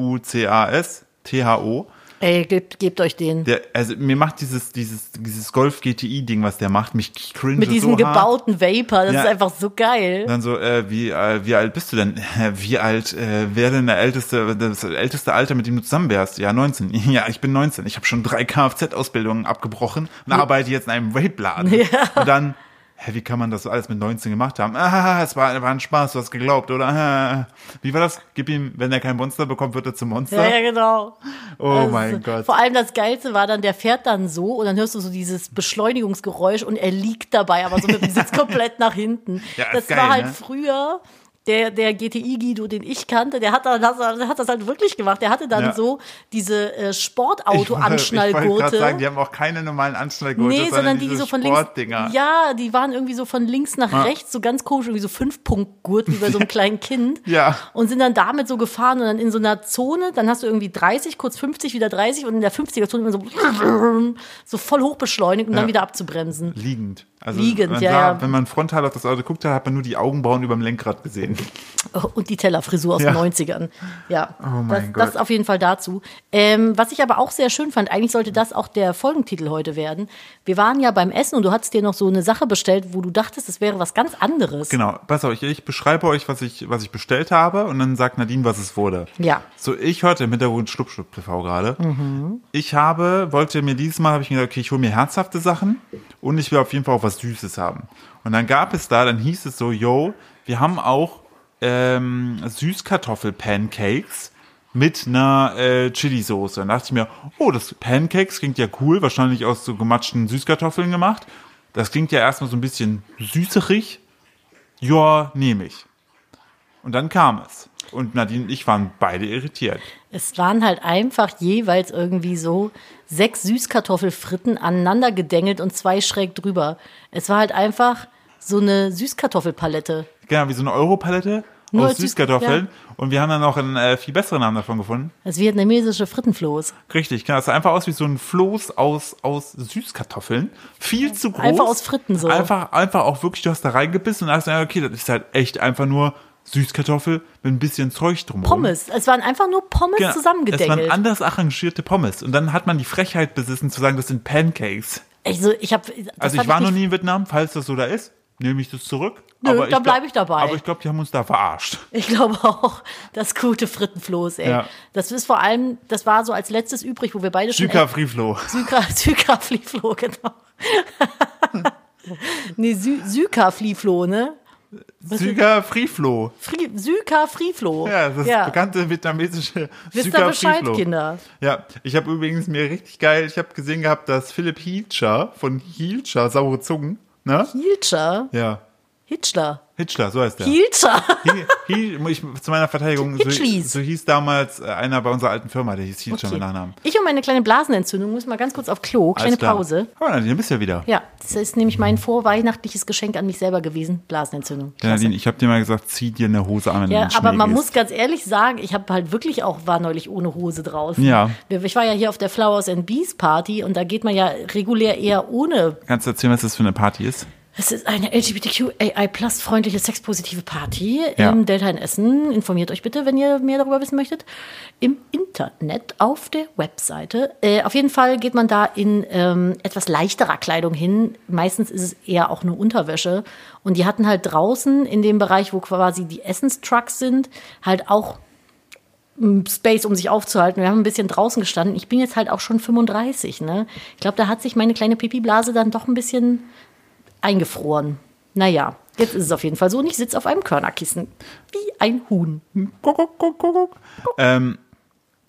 Speaker 1: I-M-L-U-C-A-S, T-H-O.
Speaker 2: Ey, gebt, gebt euch den.
Speaker 1: Der, also mir macht dieses, dieses, dieses Golf GTI-Ding, was der macht, mich cringe
Speaker 2: Mit diesem
Speaker 1: so hart.
Speaker 2: gebauten Vapor, das
Speaker 1: Ja.
Speaker 2: ist einfach so geil.
Speaker 1: Dann so, äh, wie, äh, wie alt bist du denn? (laughs) Wie alt, äh, wer denn der älteste, das älteste Alter, mit dem du zusammen wärst? Ja, 19. (laughs) Ja, ich bin 19. Ich habe schon drei Kfz-Ausbildungen abgebrochen und arbeite jetzt in einem Vape-Laden. Und dann, hä, wie kann man das alles mit 19 gemacht haben? Ah, es war, war ein Spaß, du hast geglaubt, oder? Ah, wie war das? Gib ihm, wenn er kein Monster bekommt, wird er zum Monster.
Speaker 2: Ja, ja, genau.
Speaker 1: Oh
Speaker 2: Also,
Speaker 1: mein Gott.
Speaker 2: Vor allem das Geilste war dann, der fährt dann so und dann hörst du so dieses Beschleunigungsgeräusch und er liegt dabei, aber so mit
Speaker 1: (laughs)
Speaker 2: dem Sitz komplett nach hinten.
Speaker 1: Ja,
Speaker 2: das
Speaker 1: ist geil,
Speaker 2: war halt
Speaker 1: ne?
Speaker 2: früher der, der GTI-Guido, den ich kannte, der hat, dann, das, hat das halt wirklich gemacht. Der hatte dann
Speaker 1: Ja.
Speaker 2: so diese äh,
Speaker 1: Ich wollte gerade sagen,
Speaker 2: Sportauto-Anschnallgurte.
Speaker 1: die haben auch keine normalen Anschnallgurte,
Speaker 2: Nee, sondern die, die
Speaker 1: diese
Speaker 2: so von links.
Speaker 1: Sportdinger. Ah.
Speaker 2: Ja, die waren irgendwie so von links nach
Speaker 1: Ja.
Speaker 2: rechts, so ganz komisch, irgendwie so Fünf-Punkt-Gurt wie
Speaker 1: (laughs)
Speaker 2: bei so einem kleinen Kind.
Speaker 1: Ja.
Speaker 2: Und sind dann damit so gefahren und dann in so einer Zone, dann hast du irgendwie 30, kurz 50, wieder 30 und in der 50er-Zone immer so, (laughs) so voll hoch beschleunigt, um dann
Speaker 1: Ja.
Speaker 2: wieder abzubremsen.
Speaker 1: Liegend. Also
Speaker 2: Liegend,
Speaker 1: man
Speaker 2: ja,
Speaker 1: sah,
Speaker 2: ja.
Speaker 1: Wenn man frontal auf das Auto guckte, hat man nur die Augenbrauen über dem Lenkrad gesehen. (laughs) Nein.
Speaker 2: Oh, Und die Tellerfrisur aus
Speaker 1: Ja.
Speaker 2: den 90ern. Ja,
Speaker 1: Oh
Speaker 2: das,
Speaker 1: mein
Speaker 2: das
Speaker 1: Gott.
Speaker 2: auf jeden Fall dazu. Ähm, was ich aber auch sehr schön fand, eigentlich sollte das auch der Folgentitel heute werden. Wir waren ja beim Essen und du hattest dir noch so eine Sache bestellt, wo du dachtest, es wäre was ganz anderes.
Speaker 1: Genau, pass auf, ich, ich beschreibe euch, was ich, was ich bestellt habe und dann sagt Nadine, was es wurde.
Speaker 2: Ja.
Speaker 1: So, ich hörte im Hintergrund Schlupp, Schlupp TV gerade. Ich habe, wollte mir dieses Mal, habe ich mir gedacht, okay, ich hole mir herzhafte Sachen und ich will auf jeden Fall auch was Süßes haben. Und dann gab es da, dann hieß es so, yo, wir haben auch ähm, Süßkartoffel-Pancakes mit einer äh, Chili-Soße. Und da dachte ich mir, oh, das Pancakes klingt ja cool, wahrscheinlich aus so gematschten Süßkartoffeln gemacht. Das klingt ja erstmal so ein bisschen süßerig. Ja, nehme ich. Und dann kam es. Und Nadine und ich waren beide irritiert.
Speaker 2: Es waren halt einfach jeweils irgendwie so sechs Süßkartoffelfritten aneinander gedengelt und zwei schräg drüber. Es war halt einfach so eine Süßkartoffelpalette.
Speaker 1: Genau, wie so eine Europalette
Speaker 2: Nur
Speaker 1: aus
Speaker 2: als Süß-
Speaker 1: Süßkartoffeln. Und wir haben dann noch einen äh, viel besseren Namen davon gefunden.
Speaker 2: Das vietnamesische Frittenfloß.
Speaker 1: Richtig, genau. Es sah einfach aus wie so ein Floß aus, aus Süßkartoffeln. Viel zu groß.
Speaker 2: Einfach aus Fritten so.
Speaker 1: Einfach, einfach auch wirklich, du hast da reingebissen und hast gesagt, okay, das ist halt echt einfach nur Süßkartoffel mit ein bisschen Zeug drumherum.
Speaker 2: Pommes. Es waren einfach nur Pommes
Speaker 1: Genau. Es waren
Speaker 2: zusammengedengelt.
Speaker 1: anders arrangierte Pommes. Und dann hat man die Frechheit besessen zu sagen, das sind Pancakes.
Speaker 2: Also ich habe
Speaker 1: Also ich war noch nie in Vietnam, falls das so da ist, nehme ich das zurück.
Speaker 2: Nö, da
Speaker 1: glaub-
Speaker 2: bleib ich dabei.
Speaker 1: Aber ich glaube, die haben uns da
Speaker 2: (laughs)
Speaker 1: verarscht.
Speaker 2: Ich glaube auch, das gute Frittenfloß, ey.
Speaker 1: Ja.
Speaker 2: Das ist vor allem, das war so als letztes übrig, wo wir beide schon.
Speaker 1: Süka Friflo.
Speaker 2: (laughs) Süka-Fliflo, genau. (laughs) nee, Sü Süka-Fliflo, ne?
Speaker 1: Süka Friflo.
Speaker 2: Fri Süka-Friflo.
Speaker 1: Ja, das bekannte vietnamesische
Speaker 2: Wisst ihr
Speaker 1: Süka
Speaker 2: Bescheid,
Speaker 1: Friflo.
Speaker 2: Kinder?
Speaker 1: Ja, ich habe übrigens mir richtig geil, ich habe gesehen gehabt, dass Philipp Hilscher von Hilscher, saure Zungen, ne?
Speaker 2: Hilscher?
Speaker 1: Ja.
Speaker 2: Hitchler?
Speaker 1: Hitchler, so heißt der.
Speaker 2: Hilscher?
Speaker 1: Hi- Hi- ich, zu meiner Verteidigung, so,
Speaker 2: Hitchlis.
Speaker 1: so hieß damals äh, einer bei unserer alten Firma, der hieß Hilscher mit Nachnamen.
Speaker 2: Ich und meine kleine Blasenentzündung muss mal ganz kurz auf Klo. Kleine
Speaker 1: Alles klar.
Speaker 2: Pause.
Speaker 1: Aber Nadine, du bist ja wieder.
Speaker 2: Ja, das ist nämlich mein vorweihnachtliches Geschenk an mich selber gewesen. Blasenentzündung.
Speaker 1: Ja,
Speaker 2: Klasse.
Speaker 1: Nadine, ich habe dir mal gesagt, zieh dir eine Hose an, wenn du
Speaker 2: Ja,
Speaker 1: in den
Speaker 2: aber
Speaker 1: Schnee
Speaker 2: man
Speaker 1: gehst.
Speaker 2: muss ganz ehrlich sagen, ich habe halt wirklich auch, war neulich ohne Hose draußen.
Speaker 1: Ja.
Speaker 2: Ich war ja hier auf der Flowers and Bees Party und da geht man ja regulär eher ohne.
Speaker 1: Kannst du erzählen, was das für eine Party ist?
Speaker 2: Es ist eine LGBTQAI-Plus-freundliche, sexpositive Party
Speaker 1: Ja.
Speaker 2: im Delta in Essen. Informiert euch bitte, wenn ihr mehr darüber wissen möchtet. Im Internet, auf der Webseite. Äh, auf jeden Fall geht man da in ähm, etwas leichterer Kleidung hin. Meistens ist es eher auch eine Unterwäsche. Und die hatten halt draußen in dem Bereich, wo quasi die Essenstrucks sind, halt auch Space, um sich aufzuhalten. Wir haben ein bisschen draußen gestanden. Ich bin jetzt halt auch schon 35, ne? Ich glaube, da hat sich meine kleine Pipi-Blase dann doch ein bisschen eingefroren. Naja, jetzt ist es auf jeden Fall so und ich sitze auf einem Körnerkissen. Wie ein Huhn.
Speaker 1: Guck, guck, guck, guck, guck. Ähm,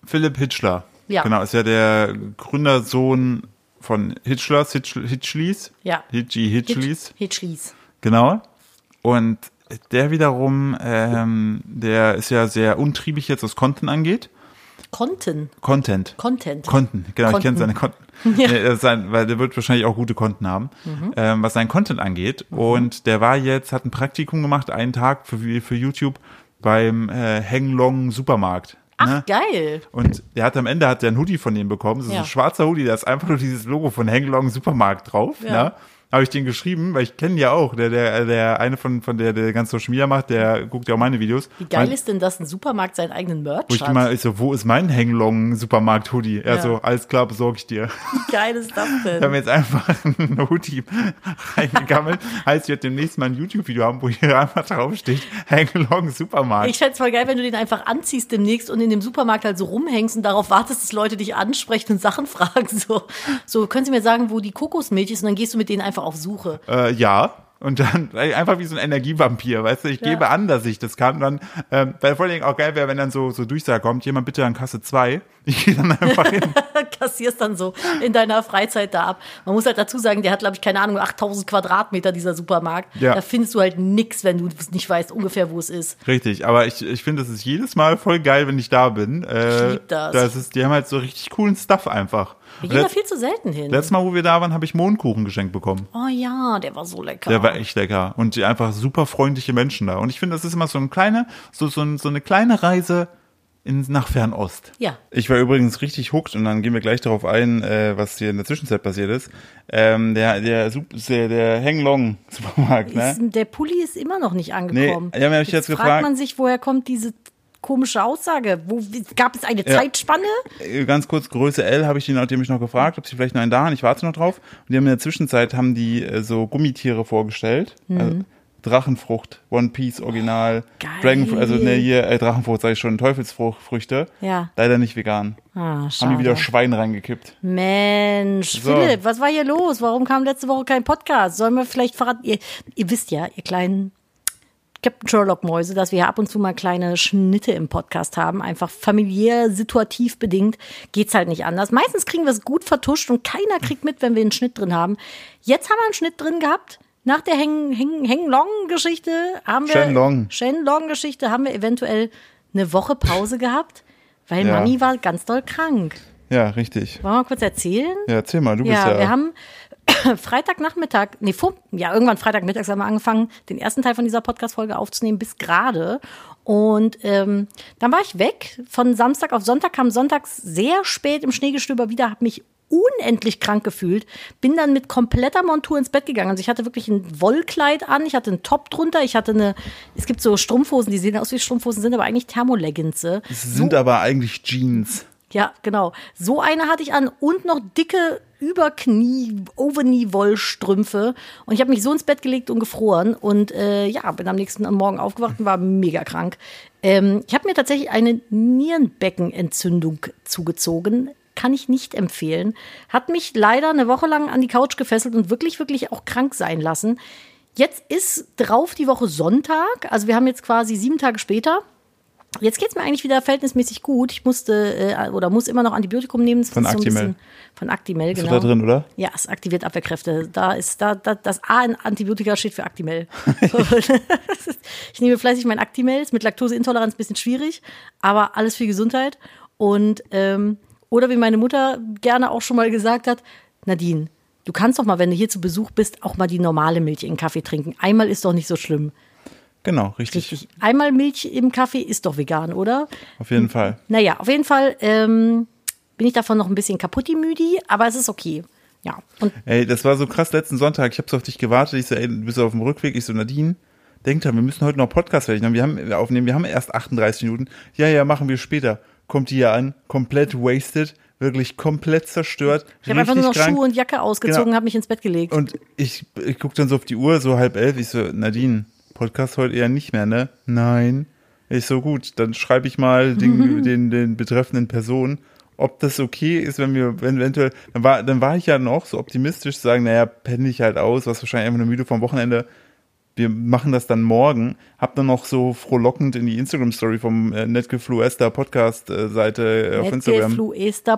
Speaker 1: Philipp Hitchler.
Speaker 2: Ja.
Speaker 1: Genau, ist ja der Gründersohn von Hitchlers, Hitch, Hitchlies.
Speaker 2: Ja.
Speaker 1: Hitchy Hitchlies.
Speaker 2: Hitch- Hitchlies.
Speaker 1: Genau. Und der wiederum, ähm, der ist ja sehr untriebig jetzt, was Konten angeht.
Speaker 2: Konten.
Speaker 1: Content.
Speaker 2: Content.
Speaker 1: Konten, genau, ich
Speaker 2: Konten.
Speaker 1: kenne seine
Speaker 2: (laughs)
Speaker 1: Konten. Nee, das ist ein, weil der wird wahrscheinlich auch gute Konten haben,
Speaker 2: Mhm.
Speaker 1: ähm, was seinen Content angeht. Und der war jetzt, hat ein Praktikum gemacht, einen Tag für, für YouTube beim äh, Henglong Supermarkt.
Speaker 2: Ach,
Speaker 1: ne?
Speaker 2: geil.
Speaker 1: Und der hat am Ende hat der einen Hoodie von dem bekommen. Das ist
Speaker 2: Ja.
Speaker 1: ein schwarzer Hoodie, da ist einfach nur dieses Logo von Henglong Supermarkt drauf.
Speaker 2: Ja.
Speaker 1: Ne? Habe ich den geschrieben, weil ich kenne ja auch, der, der, der eine von, von der, der ganz Social Media macht, der guckt ja auch meine Videos.
Speaker 2: Wie geil
Speaker 1: Mein-
Speaker 2: ist denn, dass ein Supermarkt seinen eigenen
Speaker 1: Wo
Speaker 2: Merch
Speaker 1: ich
Speaker 2: hat?
Speaker 1: immer, ich so, wo ist mein Henglong Supermarkt Hoodie? Er
Speaker 2: Ja.
Speaker 1: so, alles klar, besorge ich dir. (laughs)
Speaker 2: Wie geil ist das
Speaker 1: Wir haben
Speaker 2: denn?
Speaker 1: jetzt einfach einen Hoodie (laughs) reingegammelt. heißt, wir demnächst mal ein YouTube-Video haben, wo hier (laughs) einfach draufsteht, Hangalong Supermarkt.
Speaker 2: Ich fände es voll geil, wenn du den einfach anziehst demnächst und in dem Supermarkt halt so rumhängst und darauf wartest, dass Leute dich ansprechen und Sachen (laughs) fragen. So, so können sie mir sagen, wo die Kokosmilch ist und dann gehst du mit denen einfach auf Suche.
Speaker 1: äh, ja. Und dann ey, einfach wie so ein Energievampir, weißt du, ich
Speaker 2: Ja.
Speaker 1: gebe an, dass ich das kann. Dann, ähm, weil vor allen Dingen auch geil wäre, wenn dann so, so Durchsage kommt, jemand bitte an Kasse 2. Ich gehe dann einfach hin.
Speaker 2: kassierst dann so in deiner Freizeit da ab. Man muss halt dazu sagen, der hat, glaube ich, keine Ahnung, 8000 Quadratmeter, dieser Supermarkt.
Speaker 1: Ja.
Speaker 2: Da findest du halt nix, wenn du nicht weißt ungefähr, wo es ist.
Speaker 1: (laughs) Richtig, aber ich, ich finde, das ist jedes Mal voll geil, wenn ich da bin. Äh,
Speaker 2: lieb das.
Speaker 1: das ist, die haben halt so richtig coolen Stuff einfach.
Speaker 2: Wir
Speaker 1: Und
Speaker 2: gehen da
Speaker 1: Letzt,
Speaker 2: viel zu selten hin.
Speaker 1: letztes Mal, wo wir da waren, habe ich Mohnkuchen geschenkt bekommen.
Speaker 2: Oh ja, der war so lecker.
Speaker 1: Der war echt lecker. Und die einfach super freundliche Menschen da. Und ich finde, das ist immer so eine kleine, so, so, ein- so eine kleine Reise
Speaker 3: in, nach Fernost.
Speaker 2: Ja.
Speaker 1: Ich war übrigens richtig hooked und dann gehen wir gleich darauf ein, äh, was hier in der Zwischenzeit passiert ist. Ähm, der, der, Sup- der, der Hang Long Supermarkt, ne?
Speaker 2: Ist, der Pulli ist immer noch nicht angekommen.
Speaker 1: Nee, ja, mir hab ich jetzt gefragt-
Speaker 2: fragt man sich, woher kommt diese komische Aussage? Wo, gab es eine
Speaker 1: Ja.
Speaker 2: Zeitspanne?
Speaker 1: Äh, ganz kurz, Größe L habe ich die nachdem ich noch gefragt, ob sie vielleicht noch einen da haben. Ich warte noch drauf. Und die haben in der Zwischenzeit haben die äh, so Gummitiere vorgestellt.
Speaker 2: Mhm.
Speaker 1: Also, Drachenfrucht, One Piece Original,
Speaker 2: Geil.
Speaker 1: Dragonfruit, also ne, hier äh, Drachenfrucht, sage ich schon, Teufelsfrüchte.
Speaker 2: Ja.
Speaker 1: Leider nicht vegan.
Speaker 2: Ah,
Speaker 1: Haben die wieder
Speaker 2: schade.
Speaker 1: Schwein reingekippt.
Speaker 2: Mensch,
Speaker 1: So.
Speaker 2: Philipp, was war hier los? Warum kam letzte Woche kein Podcast? Sollen wir vielleicht verraten? Ihr, ihr wisst ja, ihr kleinen Captain Sherlock-Mäuse, dass wir ja ab und zu mal kleine Schnitte im Podcast haben. Einfach familiär, situativ bedingt geht's halt nicht anders. Meistens kriegen wir es gut vertuscht und keiner kriegt mit, wenn wir einen Schnitt drin haben. Jetzt haben wir einen Schnitt drin gehabt. Nach der Heng, Heng, Heng Long-Geschichte haben wir.
Speaker 1: Shen Long.
Speaker 2: Shen Long-Geschichte haben wir eventuell eine Woche Pause gehabt, weil
Speaker 1: Ja.
Speaker 2: Mami war ganz doll krank.
Speaker 1: Ja, richtig.
Speaker 2: Wollen wir mal kurz erzählen?
Speaker 1: Ja, erzähl mal, du bist
Speaker 2: Ja,
Speaker 1: ja.
Speaker 2: wir haben (coughs) Freitagnachmittag, nee, vor, ja, irgendwann Freitagmittags haben wir angefangen, den ersten Teil von dieser Podcast-Folge aufzunehmen, bis gerade. Und ähm, dann war ich weg. Von Samstag auf Sonntag kam sonntags sehr spät im Schneegestöber wieder, habe mich unendlich krank gefühlt, bin dann mit kompletter Montur ins Bett gegangen. Also ich hatte wirklich ein Wollkleid an, ich hatte einen Top drunter, ich hatte eine, es gibt so Strumpfhosen, die sehen aus wie Strumpfhosen, sind aber eigentlich äh. Thermolegginse.
Speaker 1: sind aber eigentlich Jeans.
Speaker 2: Ja, genau. So eine hatte ich an und noch dicke Überknie, Overknie-Wollstrümpfe. Und ich habe mich so ins Bett gelegt und gefroren. Und äh, ja, bin am nächsten Morgen aufgewacht und war mega krank. Ähm, ich habe mir tatsächlich eine Nierenbeckenentzündung zugezogen. Kann ich nicht empfehlen. Hat mich leider eine Woche lang an die Couch gefesselt und wirklich, wirklich auch krank sein lassen. Jetzt ist drauf die Woche Sonntag. Also wir haben jetzt quasi sieben Tage später. Jetzt geht's mir eigentlich wieder verhältnismäßig gut. Ich musste äh, oder muss immer noch Antibiotikum nehmen. Das
Speaker 1: Von
Speaker 2: ist so ein
Speaker 1: Actimel.
Speaker 2: bisschen- Von Actimel,
Speaker 1: Ist
Speaker 2: genau.
Speaker 1: da drin, oder?
Speaker 2: Ja, es aktiviert Abwehrkräfte. Da ist da, da das A in Antibiotika steht
Speaker 1: (laughs)
Speaker 2: für Actimel. ich nehme fleißig mein Actimel. Ist mit Laktoseintoleranz ein bisschen schwierig, aber alles für Gesundheit. Und ähm, oder wie meine Mutter gerne auch schon mal gesagt hat, Nadine, du kannst doch mal, wenn du hier zu Besuch bist, auch mal die normale Milch in den Kaffee trinken. Einmal ist doch nicht so schlimm.
Speaker 1: Genau, richtig.
Speaker 2: Richtig. Einmal Milch im Kaffee ist doch vegan, oder?
Speaker 1: Auf jeden Fall.
Speaker 2: Naja, auf jeden Fall ähm, bin ich davon noch ein bisschen kaputtimüdi, aber es ist okay. Ja. Und
Speaker 1: Ey, das war so krass letzten Sonntag. Ich habe so auf dich gewartet. Ich so, ey, du bist auf dem Rückweg. Ich so, Nadine, denk dran, wir müssen heute noch Podcast fertig machen. Wir haben, äh, aufnehmen. Wir haben erst 38 Minuten. Ja, ja, machen wir später. Kommt die hier an, komplett wasted, wirklich komplett zerstört.
Speaker 2: ich habe einfach nur noch Schuhe und Jacke ausgezogen,
Speaker 1: Genau.
Speaker 2: habe mich ins Bett gelegt.
Speaker 1: Und ich, ich guck dann so auf die Uhr, so halb elf. Ich so, Nadine, Podcast heute eher nicht mehr, ne? Nein. Ich so, gut, dann schreibe ich mal den, den, den betreffenden Personen, ob das okay ist, wenn wir wenn eventuell, dann war, dann war ich ja noch so optimistisch zu sagen, naja, penne ich halt aus, was wahrscheinlich einfach nur müde vom Wochenende. Wir machen das dann morgen. Hab dann noch so frohlockend in die Instagram-Story vom äh, Netgefluester Podcast-Seite äh, auf Instagram.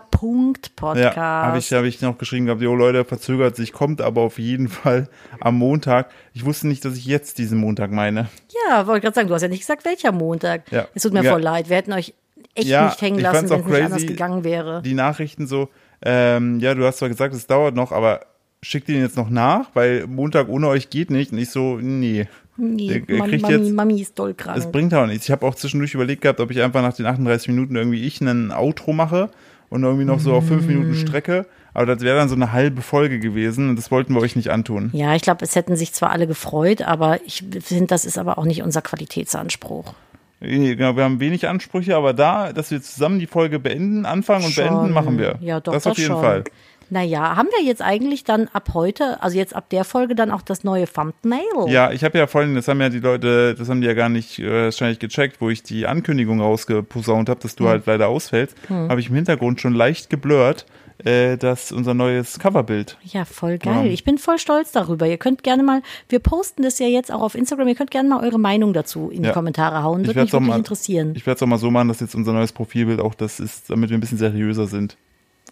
Speaker 2: Netgefluester.podcast.
Speaker 1: Ja, habe ich, hab ich noch geschrieben gehabt, jo Leute, verzögert sich, kommt aber auf jeden Fall am Montag. Ich wusste nicht, dass ich jetzt diesen Montag meine.
Speaker 2: Ja, wollte gerade sagen, du hast ja nicht gesagt, welcher Montag.
Speaker 1: Ja.
Speaker 2: Es tut mir
Speaker 1: Ja.
Speaker 2: voll leid. Wir hätten euch echt
Speaker 1: Ja,
Speaker 2: nicht hängen
Speaker 1: ich
Speaker 2: lassen,
Speaker 1: fand's
Speaker 2: wenn
Speaker 1: auch
Speaker 2: es nicht anders
Speaker 1: crazy.
Speaker 2: gegangen wäre.
Speaker 1: Die Nachrichten so, ähm, ja, du hast zwar gesagt, es dauert noch, aber schickt den jetzt noch nach, weil Montag ohne euch geht nicht. Und ich so, nee.
Speaker 2: Nee,
Speaker 1: Der- der
Speaker 2: Mami,
Speaker 1: kriegt
Speaker 2: Mami,
Speaker 1: jetzt-
Speaker 2: Mami ist doll
Speaker 1: Es
Speaker 2: krank.
Speaker 1: bringt auch nichts. Ich habe auch zwischendurch überlegt gehabt, ob ich einfach nach den 38 Minuten irgendwie ich einen Outro mache und irgendwie noch so auf 5 Minuten Strecke. Aber das wäre dann so eine halbe Folge gewesen und das wollten wir euch nicht antun.
Speaker 2: Ja, ich glaube, es hätten sich zwar alle gefreut, aber ich finde, das ist aber auch nicht unser Qualitätsanspruch.
Speaker 1: Nee, Genau, wir haben wenig Ansprüche, aber da, dass wir zusammen die Folge beenden, anfangen und beenden,
Speaker 2: Schon.
Speaker 1: machen wir.
Speaker 2: Ja, doch,
Speaker 1: das,
Speaker 2: das
Speaker 1: auf jeden
Speaker 2: schon.
Speaker 1: Fall.
Speaker 2: Naja, haben wir jetzt eigentlich dann ab heute, also jetzt ab der Folge dann auch das neue Thumbnail?
Speaker 1: Ja, ich habe ja vorhin, das haben ja die Leute, das haben die ja gar nicht äh, wahrscheinlich gecheckt, wo ich die Ankündigung rausgeposaunt habe,
Speaker 2: Hm.
Speaker 1: dass du halt leider ausfällst, habe ich im Hintergrund schon leicht geblurrt, äh, dass unser neues Coverbild.
Speaker 2: Ja, voll
Speaker 1: Genau.
Speaker 2: geil. Ich bin voll stolz darüber. Ihr könnt gerne mal, wir posten das ja jetzt auch auf Instagram, ihr könnt gerne mal eure Meinung dazu in
Speaker 1: Ja.
Speaker 2: die Kommentare hauen. Würde mich
Speaker 1: auch
Speaker 2: wirklich
Speaker 1: mal,
Speaker 2: interessieren.
Speaker 1: Ich werde es auch mal so machen, dass jetzt unser neues Profilbild auch das ist, damit wir ein bisschen seriöser sind.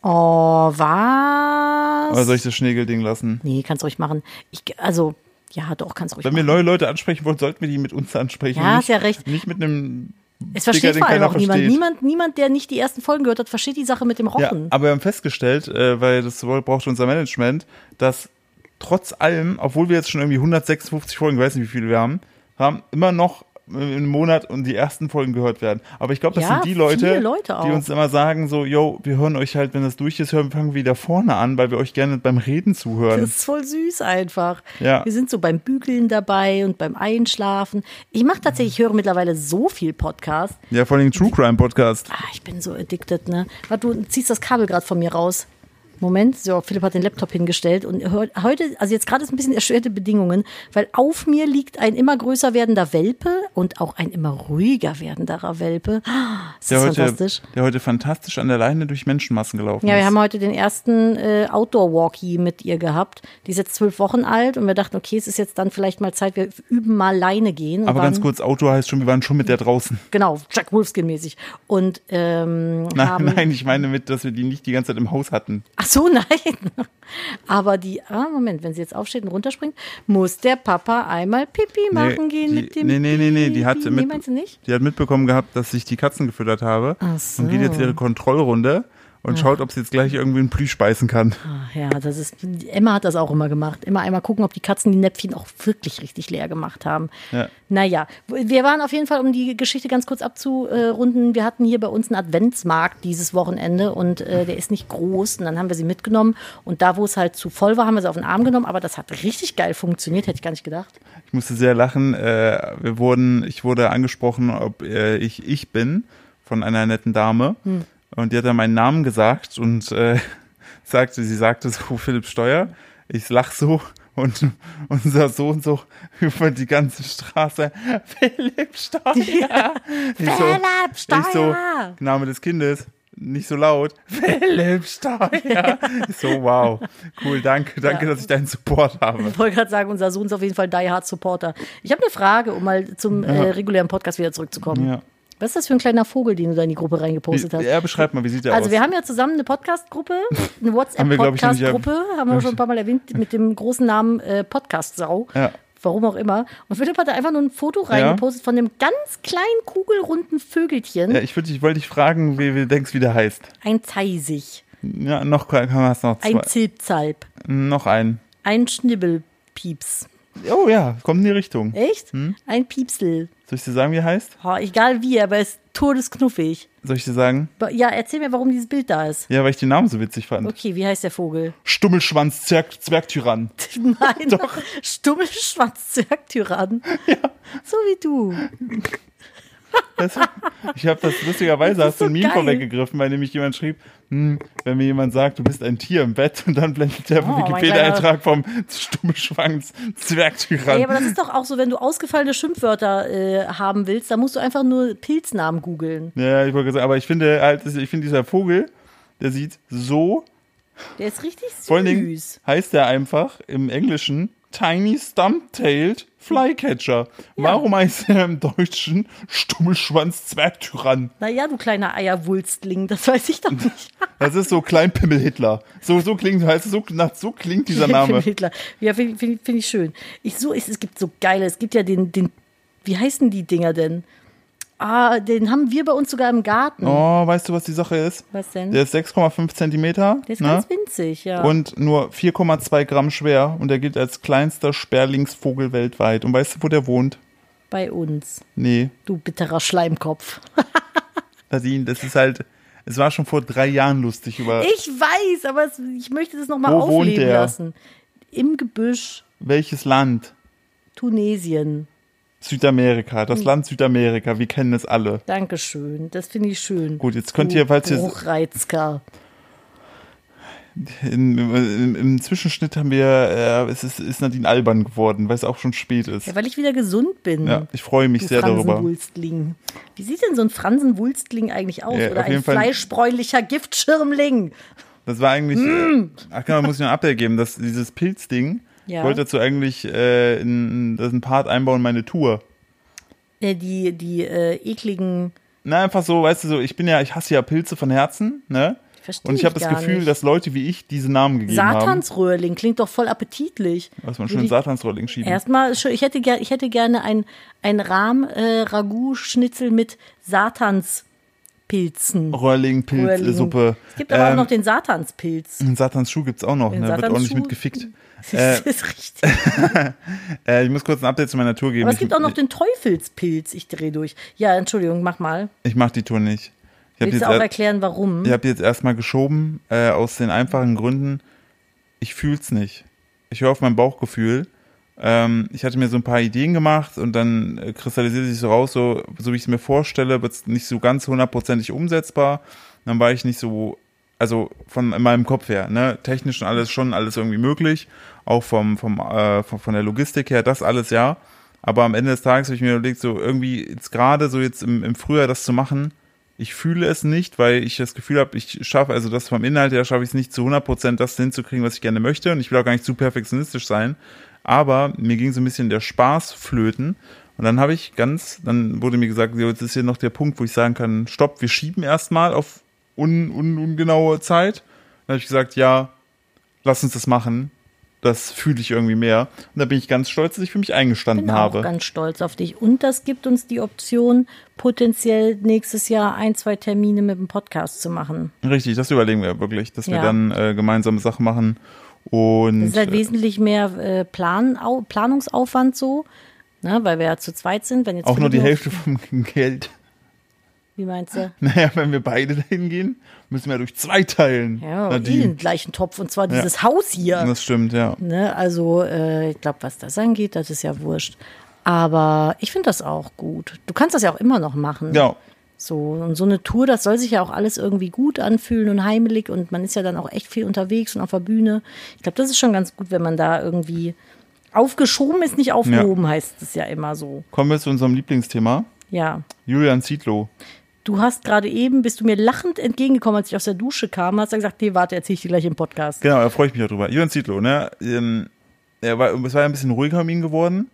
Speaker 2: Oh, was?
Speaker 1: Oder soll Also ich das Schnegelding lassen?
Speaker 2: nee, kannst ruhig machen. Ich, also, ja, doch, kannst ruhig
Speaker 1: Wenn wir
Speaker 2: machen.
Speaker 1: neue Leute ansprechen wollen, sollten wir die mit uns ansprechen.
Speaker 2: Ja,
Speaker 1: nicht,
Speaker 2: hast ja recht.
Speaker 1: Nicht mit einem. Digga,
Speaker 2: Es versteht
Speaker 1: den
Speaker 2: vor allem
Speaker 1: keiner
Speaker 2: auch niemand.
Speaker 1: versteht.
Speaker 2: niemand. Niemand, der nicht die ersten Folgen gehört hat, versteht die Sache mit dem
Speaker 1: Ja,
Speaker 2: Rochen.
Speaker 1: aber wir haben festgestellt, äh, weil das braucht unser Management, dass trotz allem, obwohl wir jetzt schon irgendwie 156 Folgen, ich weiß nicht, wie viele wir haben, haben immer noch äh, im Monat und die ersten Folgen gehört werden. Aber ich glaube, das
Speaker 2: Ja,
Speaker 1: sind die Leute,
Speaker 2: viele Leute auch.
Speaker 1: die uns immer sagen so, yo, wir hören euch halt, wenn das durch ist, hören, fangen wir wieder vorne an, weil wir euch gerne beim Reden zuhören.
Speaker 2: Das ist voll süß einfach.
Speaker 1: Ja.
Speaker 2: Wir sind so beim Bügeln dabei und beim Einschlafen. Ich mache tatsächlich, ich höre mittlerweile so viel Podcast.
Speaker 1: ja, vor allem True Crime Podcast.
Speaker 2: Ah, ich bin so addicted, ne? Warte, du ziehst das Kabel gerade von mir raus. Moment, so, Philipp hat den Laptop hingestellt und hör- heute, also jetzt gerade ist ein bisschen erschwerte Bedingungen, weil auf mir liegt ein immer größer werdender Welpe und auch ein immer ruhiger werdenderer Welpe. Ah, Ist
Speaker 1: Der
Speaker 2: das
Speaker 1: heute,
Speaker 2: fantastisch?
Speaker 1: der heute fantastisch an der Leine durch Menschenmassen gelaufen
Speaker 2: Ja,
Speaker 1: ist.
Speaker 2: wir haben heute den ersten äh, Outdoor-Walkie mit ihr gehabt. Die ist jetzt zwölf Wochen alt und wir dachten, okay, es ist jetzt dann vielleicht mal Zeit, wir üben mal Leine gehen. Und
Speaker 1: Aber ganz
Speaker 2: waren-
Speaker 1: kurz, Auto heißt schon, wir waren schon mit der draußen. (laughs)
Speaker 2: Genau, Jack Wolfskin-mäßig. Und ähm, haben,
Speaker 1: Nein, (laughs) nein, ich meine mit, dass wir die nicht die ganze Zeit im Haus hatten.
Speaker 2: Ach so, (laughs) nein. Aber die, ah, Moment, wenn sie jetzt aufsteht und runterspringt, muss der Papa einmal Pipi machen gehen
Speaker 1: die,
Speaker 2: mit dem
Speaker 1: nee, nee, nee, nee, die hat,
Speaker 2: Baby.
Speaker 1: mit,
Speaker 2: Nee, meinst du nicht?
Speaker 1: die hat mitbekommen gehabt, dass ich die Katzen gefüttert habe
Speaker 2: Ach so.
Speaker 1: und geht jetzt ihre Kontrollrunde und schaut, ob sie jetzt gleich irgendwie einen Plüsch beißen kann.
Speaker 2: Ach ja, das ist, Emma hat das auch immer gemacht. Immer einmal gucken, ob die Katzen die Näpfchen auch wirklich richtig leer gemacht haben.
Speaker 1: Ja.
Speaker 2: Naja, wir waren auf jeden Fall, um die Geschichte ganz kurz abzurunden, wir hatten hier bei uns einen Adventsmarkt dieses Wochenende und äh, der ist nicht groß und dann haben wir sie mitgenommen und da, wo es halt zu voll war, haben wir sie auf den Arm genommen, aber das hat richtig geil funktioniert, hätte ich gar nicht gedacht.
Speaker 1: Ich musste sehr lachen. Äh, wir wurden, ich wurde angesprochen, ob äh, ich ich bin von einer netten Dame
Speaker 2: Hm.
Speaker 1: und die hat dann meinen Namen gesagt und äh, (laughs) sagte, sie sagte so (laughs) Philipp Steuer. Ich lach so und (laughs) unser Sohn so (laughs) über die ganze Straße (laughs) Philipp Steuer. Ich so,
Speaker 2: Philipp
Speaker 1: Ich so,
Speaker 2: Steuer.
Speaker 1: Name des Kindes. Nicht so laut. (laughs) Philipp Steuer. Ich So, wow. Cool, danke, danke, dass ich deinen Support habe.
Speaker 2: Ich wollte gerade sagen, unser Sohn ist auf jeden Fall Die Hard Supporter. Ich habe eine Frage, um mal zum äh, regulären Podcast wieder zurückzukommen.
Speaker 1: Ja.
Speaker 2: Was ist das für ein kleiner Vogel, den du da in die Gruppe reingepostet hast?
Speaker 1: Er beschreibt mal, wie sieht er
Speaker 2: Also
Speaker 1: aus?
Speaker 2: wir haben ja zusammen eine Podcast-Gruppe, eine
Speaker 1: (laughs) Haben wir, glaub ich, noch nicht
Speaker 2: WhatsApp-Podcast-Gruppe, haben wir schon ein paar Mal erwähnt, mit dem großen Namen äh, Podcast-Sau.
Speaker 1: Ja.
Speaker 2: Warum auch immer. Und Philipp hat da einfach nur ein Foto reingepostet von einem ganz kleinen, kugelrunden Vögelchen,
Speaker 1: Ja, ich, würd, ich wollte dich fragen, wie, wie du denkst, wie der heißt.
Speaker 2: ein Zeisig,
Speaker 1: Ja, noch kann man es noch zwei.
Speaker 2: ein Zilpzalp,
Speaker 1: noch ein.
Speaker 2: ein Schnibbelpieps.
Speaker 1: Oh ja, kommt in die Richtung.
Speaker 2: Echt?
Speaker 1: Hm?
Speaker 2: Ein Piepsel.
Speaker 1: Soll ich dir sagen, wie er heißt?
Speaker 2: Oh, egal wie, aber er ist todesknuffig.
Speaker 1: Soll ich dir sagen?
Speaker 2: Ba- Ja, erzähl mir, warum dieses Bild da ist.
Speaker 1: Ja, weil ich den Namen so witzig fand.
Speaker 2: Okay, wie heißt der Vogel? (laughs)
Speaker 1: Stummelschwanz Zwerg, Zwergtyrann. (laughs)
Speaker 2: Nein, doch. Stummelschwanz Zwergtyrann. So wie du.
Speaker 1: Das, ich habe das lustigerweise,
Speaker 2: Das ist
Speaker 1: hast du ein
Speaker 2: so
Speaker 1: Meme
Speaker 2: geil.
Speaker 1: vorweggegriffen, weil nämlich jemand schrieb, hm, wenn mir jemand sagt, du bist ein Tier im Bett und dann blendet der
Speaker 2: Oh, mein
Speaker 1: Wikipedia-Eintrag vom Stummelschwanz Zwergtyrann.
Speaker 2: Ey, aber das ist doch auch so, wenn du ausgefallene Schimpfwörter äh, haben willst, dann musst du einfach nur Pilznamen googeln.
Speaker 1: ja, ich wollte sagen, aber ich finde halt, ich finde dieser Vogel, der sieht so
Speaker 2: Der ist richtig süß.
Speaker 1: Vor allen Dingen heißt er einfach im Englischen Tiny Stump-Tailed Flycatcher. Warum heißt er im Deutschen Stummelschwanz Zwergtyrann?
Speaker 2: Naja, du kleiner Eierwulstling, das (laughs) weiß ich doch nicht.
Speaker 1: Das ist so Kleinpimmel Hitler. So, so klingt, heißt es so, nach, so klingt (laughs) dieser Name.
Speaker 2: Hitler. Ja, finde find, find ich schön. Ich so, es, es gibt so geile, es gibt ja den, den, wie heißen die Dinger denn? Ah, den haben wir bei uns sogar im Garten.
Speaker 1: Oh, weißt du, was die Sache ist?
Speaker 2: Was denn?
Speaker 1: Der ist 6,5 Zentimeter.
Speaker 2: Der ist
Speaker 1: ne?
Speaker 2: ganz winzig, ja.
Speaker 1: Und nur 4,2 Gramm schwer. Und er gilt als kleinster Sperrlingsvogel weltweit. Und weißt du, wo der wohnt?
Speaker 2: bei uns.
Speaker 1: Nee.
Speaker 2: Du bitterer Schleimkopf.
Speaker 1: Nadine, das ist halt, es war schon vor drei Jahren lustig über
Speaker 2: Ich weiß, aber es, ich möchte das nochmal
Speaker 1: Äh. Wo wohnt
Speaker 2: aufleben
Speaker 1: der?
Speaker 2: lassen. Im Gebüsch,
Speaker 1: welches Land.
Speaker 2: Tunesien.
Speaker 1: Südamerika,
Speaker 2: Hm.
Speaker 1: das Land Südamerika, wir kennen es alle.
Speaker 2: Dankeschön, das finde ich schön.
Speaker 1: Gut, jetzt könnt ihr, falls ihr-
Speaker 2: Bruchreizker.
Speaker 1: In, im, Im Zwischenschnitt haben wir, äh, es ist, ist Nadine albern geworden, weil es auch schon spät ist.
Speaker 2: Ja, weil ich wieder gesund bin.
Speaker 1: Ja, ich freue mich
Speaker 2: du
Speaker 1: sehr darüber.
Speaker 2: Fransenwulstling. Wie sieht denn so ein Fransenwulstling eigentlich aus?
Speaker 1: Ja,
Speaker 2: Oder
Speaker 1: auf jeden
Speaker 2: ein
Speaker 1: Fall-
Speaker 2: fleischbräunlicher Giftschirmling?
Speaker 1: Das war eigentlich, äh, ach genau, muss ich noch abgeben, dass dieses Pilzding,
Speaker 2: Hm. Ja.
Speaker 1: ich wollte dazu eigentlich äh, in, das ein Part einbauen, meine Tour.
Speaker 2: Äh, die die äh, ekligen.
Speaker 1: Na, einfach so, weißt du, so, ich bin ja, ich hasse ja Pilze von Herzen, ne?
Speaker 2: Verstehe
Speaker 1: Und ich
Speaker 2: ich
Speaker 1: habe das
Speaker 2: gar
Speaker 1: Gefühl,
Speaker 2: nicht.
Speaker 1: dass Leute wie ich diese Namen gegeben haben.
Speaker 2: Satansröhrling klingt doch voll appetitlich.
Speaker 1: Was man
Speaker 2: Würde
Speaker 1: schön
Speaker 2: ich-
Speaker 1: Satansrolling schieben.
Speaker 2: Erstmal, schön- ich hätte, ger ich äh, hätte gerne ein, ein Rahm-Ragout-Schnitzel mit Satans
Speaker 1: Oh,
Speaker 2: Röhrlingpilzen.
Speaker 1: äh, Röhrling-Pilz-Suppe.
Speaker 2: Es gibt
Speaker 1: ähm,
Speaker 2: aber auch noch den Satanspilz. (laughs)
Speaker 1: den Satans Schuh gibt's auch noch,
Speaker 2: Den
Speaker 1: ne? Wird
Speaker 2: Satans
Speaker 1: ordentlich
Speaker 2: Schuh- (laughs)
Speaker 1: mitgefickt.
Speaker 2: Das
Speaker 1: Äh,
Speaker 2: ist richtig.
Speaker 1: äh, ich muss kurz ein Update zu meiner Tour geben.
Speaker 2: Aber es
Speaker 1: Ich-
Speaker 2: gibt auch noch den Teufelspilz. Ich drehe durch. Ja, Entschuldigung, mach mal.
Speaker 1: Ich mache die Tour nicht. Ich habe
Speaker 2: Willst
Speaker 1: jetzt,
Speaker 2: du auch
Speaker 1: er,
Speaker 2: erklären, warum?
Speaker 1: ich hab die jetzt erstmal geschoben, äh, aus den einfachen Gründen, ich fühl's nicht. Ich höre auf mein Bauchgefühl. Ähm, ich hatte mir so ein paar Ideen gemacht und dann äh, kristallisiert sich so raus, so, so wie ich es mir vorstelle, wird's nicht so ganz hundertprozentig umsetzbar. Dann war ich nicht so, also von in meinem Kopf her, ne, technisch und alles schon alles irgendwie möglich, auch vom, vom, äh, von, von der Logistik her, das alles ja. Aber am Ende des Tages habe ich mir überlegt, so irgendwie jetzt gerade so jetzt im, im Frühjahr das zu machen, ich fühle es nicht, weil ich das Gefühl habe, ich schaffe, also das vom Inhalt her schaffe ich es nicht zu 100% das hinzukriegen, was ich gerne möchte und ich will auch gar nicht zu perfektionistisch sein, aber mir ging so ein bisschen der Spaß flöten und dann habe ich ganz, dann wurde mir gesagt, so, jetzt ist hier noch der Punkt, wo ich sagen kann, stopp, wir schieben erstmal auf un, un, ungenaue Zeit. Dann habe ich gesagt, ja, lass uns das machen. Das fühle ich irgendwie mehr. Und da bin ich ganz stolz, dass ich für mich eingestanden
Speaker 2: bin
Speaker 1: habe.
Speaker 2: auch ganz stolz auf dich. Und das gibt uns die Option, potenziell nächstes Jahr ein, zwei Termine mit dem Podcast zu machen.
Speaker 1: Richtig, das überlegen wir wirklich, dass wir
Speaker 2: Ja.
Speaker 1: dann äh, gemeinsame Sachen machen. Und
Speaker 2: Das ist halt
Speaker 1: äh,
Speaker 2: wesentlich mehr äh, Plan, au, Planungsaufwand so, ne, weil wir ja zu zweit sind. Wenn jetzt
Speaker 1: auch nur die
Speaker 2: Philipp
Speaker 1: Hälfte vom (laughs) Geld.
Speaker 2: Wie meinst du?
Speaker 1: Naja, wenn wir beide dahin gehen, müssen wir durch zwei teilen.
Speaker 2: Ja, eh
Speaker 1: Nadine.
Speaker 2: den gleichen Topf und zwar dieses Haus hier.
Speaker 1: Das stimmt, ja.
Speaker 2: Ne, also äh, ich glaube, was das angeht, das ist ja wurscht. Aber ich finde das auch gut. Du kannst das ja auch immer noch machen.
Speaker 1: Ja,
Speaker 2: So, und so eine Tour, das soll sich ja auch alles irgendwie gut anfühlen und heimelig und man ist ja dann auch echt viel unterwegs und auf der Bühne. Ich glaube, das ist schon ganz gut, wenn man da irgendwie aufgeschoben ist, nicht aufgehoben, heißt es ja immer so.
Speaker 1: kommen wir zu unserem Lieblingsthema.
Speaker 2: Ja.
Speaker 1: Julian Zietlow.
Speaker 2: Du hast gerade eben, bist du mir lachend entgegengekommen, als ich aus der Dusche kam, hast du gesagt, nee, warte, erzähl ich dir gleich im Podcast.
Speaker 1: Genau, da freue ich mich auch drüber. Julian Zietlow, ne? Ähm, er war, es war ja ein bisschen ruhiger um ihn geworden.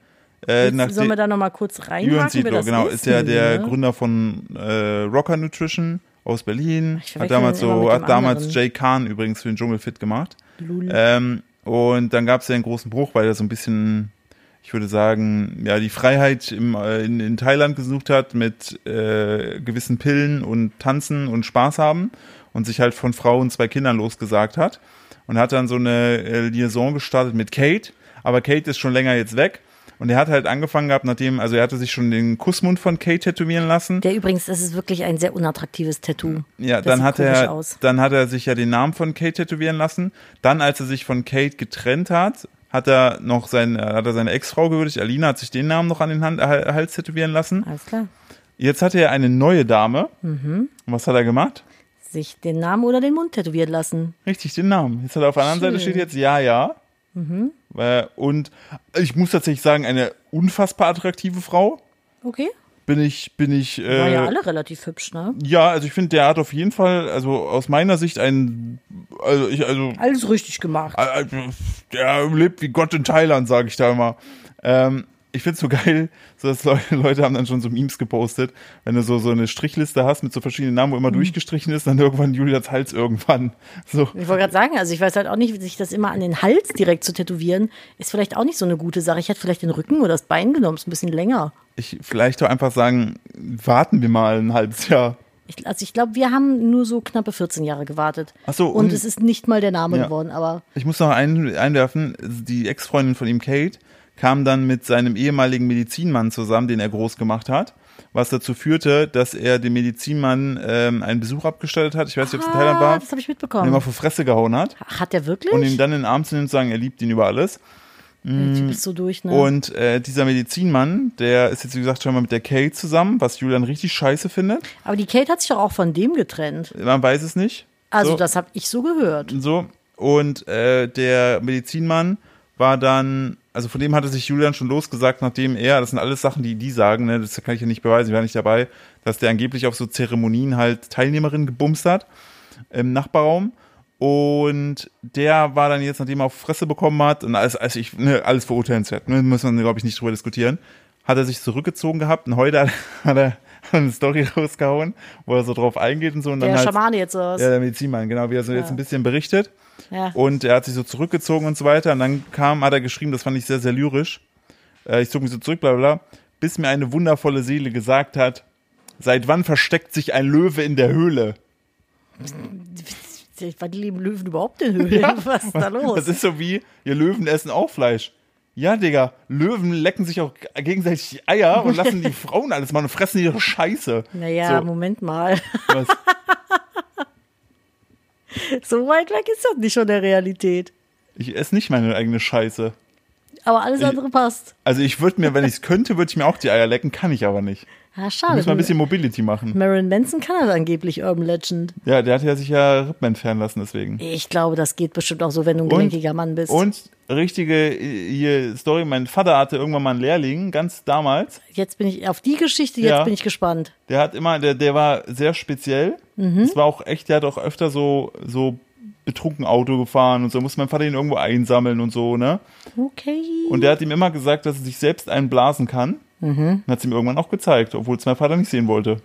Speaker 1: Äh,
Speaker 2: Jetzt
Speaker 1: nachdem-
Speaker 2: sollen wir da nochmal kurz reinhaken?
Speaker 1: Jürgen
Speaker 2: wer
Speaker 1: Zietlow,
Speaker 2: das
Speaker 1: genau, ist ja
Speaker 2: Nee,
Speaker 1: der
Speaker 2: ne?
Speaker 1: Gründer von äh, Rocker Nutrition aus Berlin.
Speaker 2: Ich
Speaker 1: Hat
Speaker 2: verwechsel
Speaker 1: damals,
Speaker 2: ihn immer
Speaker 1: so,
Speaker 2: mit dem
Speaker 1: hat damals
Speaker 2: anderen.
Speaker 1: Jay Kahn übrigens für den Dschungelfit gemacht.
Speaker 2: Lul.
Speaker 1: Ähm, und dann gab es ja einen großen Bruch, weil er so ein bisschen, ich würde sagen, ja, die Freiheit im, äh, in, in Thailand gesucht hat mit äh, gewissen Pillen und Tanzen und Spaß haben und sich halt von Frau und zwei Kindern losgesagt hat. Und hat dann so eine äh, Liaison gestartet mit Kate, aber Kate ist schon länger jetzt weg. Und er hat halt angefangen gehabt, nachdem, also er hatte sich schon den Kussmund von Kate tätowieren lassen.
Speaker 2: Der übrigens, das ist wirklich ein sehr unattraktives Tattoo.
Speaker 1: Ja,
Speaker 2: das
Speaker 1: dann
Speaker 2: sieht
Speaker 1: hat
Speaker 2: komisch
Speaker 1: er,
Speaker 2: Aus.
Speaker 1: dann hat er sich ja den Namen von Kate tätowieren lassen. Dann, als er sich von Kate getrennt hat, hat er noch sein, äh, hat er seine Ex-Frau gewürdigt. Alina hat sich den Namen noch an den Hand, Hal- Hals tätowieren lassen.
Speaker 2: Alles klar.
Speaker 1: Jetzt hat er eine neue Dame.
Speaker 2: Mhm.
Speaker 1: Und was hat er gemacht?
Speaker 2: Sich den Namen oder den Mund tätowieren lassen.
Speaker 1: Richtig, den Namen. Jetzt hat er auf der anderen Seite
Speaker 2: Schön. Mhm.
Speaker 1: steht jetzt ja, ja. Äh, Und ich muss tatsächlich sagen, eine unfassbar attraktive Frau.
Speaker 2: Okay.
Speaker 1: Bin ich, bin ich. Äh,
Speaker 2: War ja alle relativ hübsch, ne?
Speaker 1: ja, also ich finde, der hat auf jeden Fall, also aus meiner Sicht einen, also ich, also
Speaker 2: Alles richtig gemacht.
Speaker 1: Äh, äh, Der lebt wie Gott in Thailand, sage ich da immer. Ähm, ich find's so geil, so dass Leute, (laughs) Leute haben dann schon so Memes gepostet, wenn du so, so eine Strichliste hast mit so verschiedenen Namen, wo immer durchgestrichen ist, dann irgendwann Julias Hals irgendwann. (laughs) So.
Speaker 2: Ich wollte gerade sagen, also ich weiß halt auch nicht, sich das immer an den Hals direkt zu tätowieren, ist vielleicht auch nicht so eine gute Sache. Ich hätte vielleicht den Rücken oder das Bein genommen, ist ein bisschen länger.
Speaker 1: Ich vielleicht doch einfach sagen, warten wir mal ein halbes Jahr.
Speaker 2: Ich, also ich glaube, wir haben nur so knappe 14 Jahre gewartet.
Speaker 1: Ach so,
Speaker 2: und,
Speaker 1: und-
Speaker 2: es ist nicht mal der Name
Speaker 1: Ja.
Speaker 2: geworden, aber
Speaker 1: Ich muss noch ein, einwerfen, die Ex-Freundin von ihm, Kate, kam dann mit seinem ehemaligen Medizinmann zusammen, den er groß gemacht hat, was dazu führte, dass er dem Medizinmann ähm, einen Besuch abgestattet hat. Ich weiß nicht, ob es in Thailand
Speaker 2: Ah,
Speaker 1: war.
Speaker 2: das habe ich
Speaker 1: und ihm
Speaker 2: mitbekommen.
Speaker 1: auf die Fresse gehauen hat
Speaker 2: Hat der wirklich?
Speaker 1: und ihm dann in den Arm zu nehmen und zu sagen, er liebt ihn über alles.
Speaker 2: du bist so durch, ne?
Speaker 1: Und äh, dieser Medizinmann, der ist jetzt, wie gesagt, schon mal mit der Kate zusammen, was Julian richtig scheiße findet.
Speaker 2: aber die Kate hat sich doch auch von dem getrennt.
Speaker 1: Man weiß es nicht.
Speaker 2: Also
Speaker 1: so,
Speaker 2: das habe ich so gehört.
Speaker 1: So. Und äh, der Medizinmann war dann, also von dem hatte sich Julian schon losgesagt, nachdem er, das sind alles Sachen, die die sagen, ne, das kann ich ja nicht beweisen, ich war nicht dabei, dass der angeblich auf so Zeremonien halt Teilnehmerinnen gebumst hat. im Nachbarraum. Und der war dann jetzt, nachdem er auf Fresse bekommen hat, und alles, also ich, ne, alles verurteilenswert, ne, muss man, glaube ich, nicht drüber diskutieren, hat er sich zurückgezogen gehabt und heute hat, (laughs) hat er eine Story (laughs) rausgehauen, wo er so drauf eingeht und so. Und
Speaker 2: Der
Speaker 1: dann halt,
Speaker 2: Schamane jetzt oder was?
Speaker 1: Ja, der Medizinmann, genau, wie er so jetzt ein bisschen berichtet.
Speaker 2: Ja.
Speaker 1: Und er hat sich so zurückgezogen und so weiter. Und dann kam, hat er geschrieben, das fand ich sehr, sehr lyrisch. Äh, ich zog mich so zurück, bla bla bla, bis mir eine wundervolle Seele gesagt hat, Seit wann versteckt sich ein Löwe in der
Speaker 2: (laughs)
Speaker 1: Höhle?
Speaker 2: Wann leben Löwen überhaupt in Höhlen? Was ist da
Speaker 1: (laughs)
Speaker 2: los?
Speaker 1: Das ist so wie, ihr Löwen essen auch Fleisch. Ja, Digga, Löwen lecken sich auch gegenseitig die Eier und lassen
Speaker 2: (laughs)
Speaker 1: die Frauen alles machen und fressen ihre Scheiße.
Speaker 2: naja,
Speaker 1: so,
Speaker 2: Moment mal. (laughs)
Speaker 1: was,
Speaker 2: So weit weg ist das nicht von der Realität.
Speaker 1: ich esse nicht meine eigene Scheiße.
Speaker 2: Aber alles
Speaker 1: Ich-
Speaker 2: andere passt.
Speaker 1: Also ich würde mir, wenn ich es könnte, würde ich mir auch die Eier lecken, kann ich aber nicht.
Speaker 2: Ah,
Speaker 1: Ich
Speaker 2: schade.
Speaker 1: muss mal ein bisschen Mobility machen.
Speaker 2: Marilyn Manson kann das angeblich Urban Legend.
Speaker 1: Ja, der hat ja sich ja Rippen entfernen lassen deswegen.
Speaker 2: Ich glaube, das geht bestimmt auch so, wenn du ein gelenkiger Mann bist.
Speaker 1: und richtige äh, hier, Story, mein Vater hatte irgendwann mal einen Lehrling, ganz damals.
Speaker 2: Jetzt bin ich auf die Geschichte, jetzt
Speaker 1: Ja.
Speaker 2: bin ich gespannt.
Speaker 1: Der hat immer, der, der war sehr speziell. Es war auch echt, der hat auch öfter so, so betrunken Auto gefahren und so, muss mein Vater ihn irgendwo einsammeln und so, ne?
Speaker 2: Okay.
Speaker 1: Und der hat ihm immer gesagt, dass er sich selbst einblasen kann. Und hat es ihm irgendwann auch gezeigt, obwohl es mein Vater nicht sehen wollte.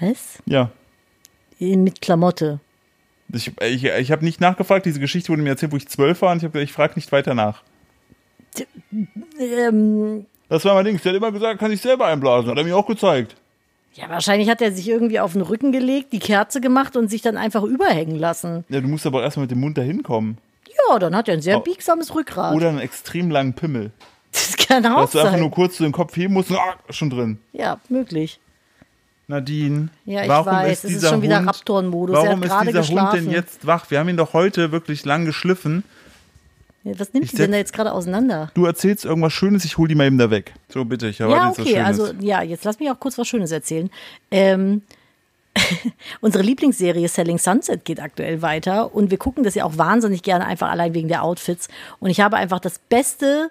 Speaker 2: Was?
Speaker 1: Ja.
Speaker 2: Mit Klamotte.
Speaker 1: Ich, ich, ich habe nicht nachgefragt, diese Geschichte wurde mir erzählt, wo ich zwölf war und ich habe gesagt, ich frage nicht weiter nach.
Speaker 2: Ähm,
Speaker 1: Das war mein Ding. Der hat immer gesagt, kann ich selber einblasen. Hat er mir auch gezeigt.
Speaker 2: ja, wahrscheinlich hat er sich irgendwie auf den Rücken gelegt, die Kerze gemacht und sich dann einfach überhängen lassen.
Speaker 1: Ja, du musst aber auch erstmal mit dem Mund dahin kommen.
Speaker 2: Ja, dann hat er ein sehr
Speaker 1: Oh.
Speaker 2: biegsames Rückgrat.
Speaker 1: Oder einen extrem langen Pimmel.
Speaker 2: das kann auch
Speaker 1: Dass du einfach
Speaker 2: sein.
Speaker 1: nur kurz zu den Kopf heben musst und ah, schon drin.
Speaker 2: Ja, möglich.
Speaker 1: Nadine,
Speaker 2: Ja, ich
Speaker 1: warum
Speaker 2: weiß,
Speaker 1: ist
Speaker 2: es ist
Speaker 1: dieser
Speaker 2: schon wieder
Speaker 1: Hund,
Speaker 2: Raptorenmodus. Er hat
Speaker 1: Warum ist
Speaker 2: gerade
Speaker 1: dieser Hund
Speaker 2: geschlafen.
Speaker 1: denn jetzt wach? Wir haben ihn doch heute wirklich lang geschliffen.
Speaker 2: Ja, Was nimmt
Speaker 1: Ich
Speaker 2: die denn
Speaker 1: setz-
Speaker 2: da jetzt gerade auseinander?
Speaker 1: Du erzählst irgendwas Schönes, ich hol die mal eben da weg. So, bitte, ich halt habe
Speaker 2: Ja, okay, also ja, jetzt lass mich auch kurz was Schönes erzählen. Ähm, (laughs) unsere Lieblingsserie Selling Sunset geht aktuell weiter und wir gucken das ja auch wahnsinnig gerne einfach allein wegen der Outfits. Und ich habe einfach das beste,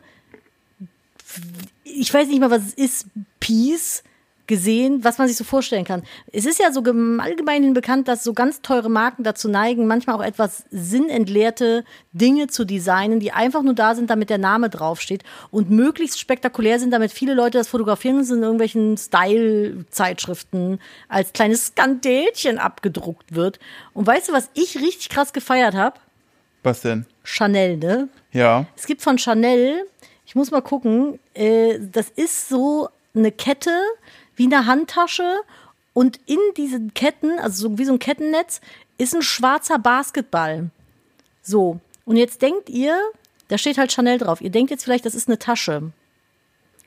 Speaker 2: ich weiß nicht mal, was es ist, Piece gesehen, was man sich so vorstellen kann. Es ist ja so gem- allgemein bekannt, dass so ganz teure Marken dazu neigen, manchmal auch etwas sinnentleerte Dinge zu designen, die einfach nur da sind, damit der Name draufsteht und möglichst spektakulär sind, damit viele Leute das fotografieren und es in irgendwelchen Style-Zeitschriften als kleines Skandelchen abgedruckt wird. Und weißt du, was ich richtig krass gefeiert habe?
Speaker 1: Was denn?
Speaker 2: Chanel, ne?
Speaker 1: Ja.
Speaker 2: Es gibt von Chanel, ich muss mal gucken, äh, das ist so eine Kette wie eine Handtasche und in diesen Ketten, also so wie so ein Kettennetz, ist ein schwarzer Basketball. So, und jetzt denkt ihr, da steht halt Chanel drauf, ihr denkt jetzt vielleicht, das ist eine Tasche.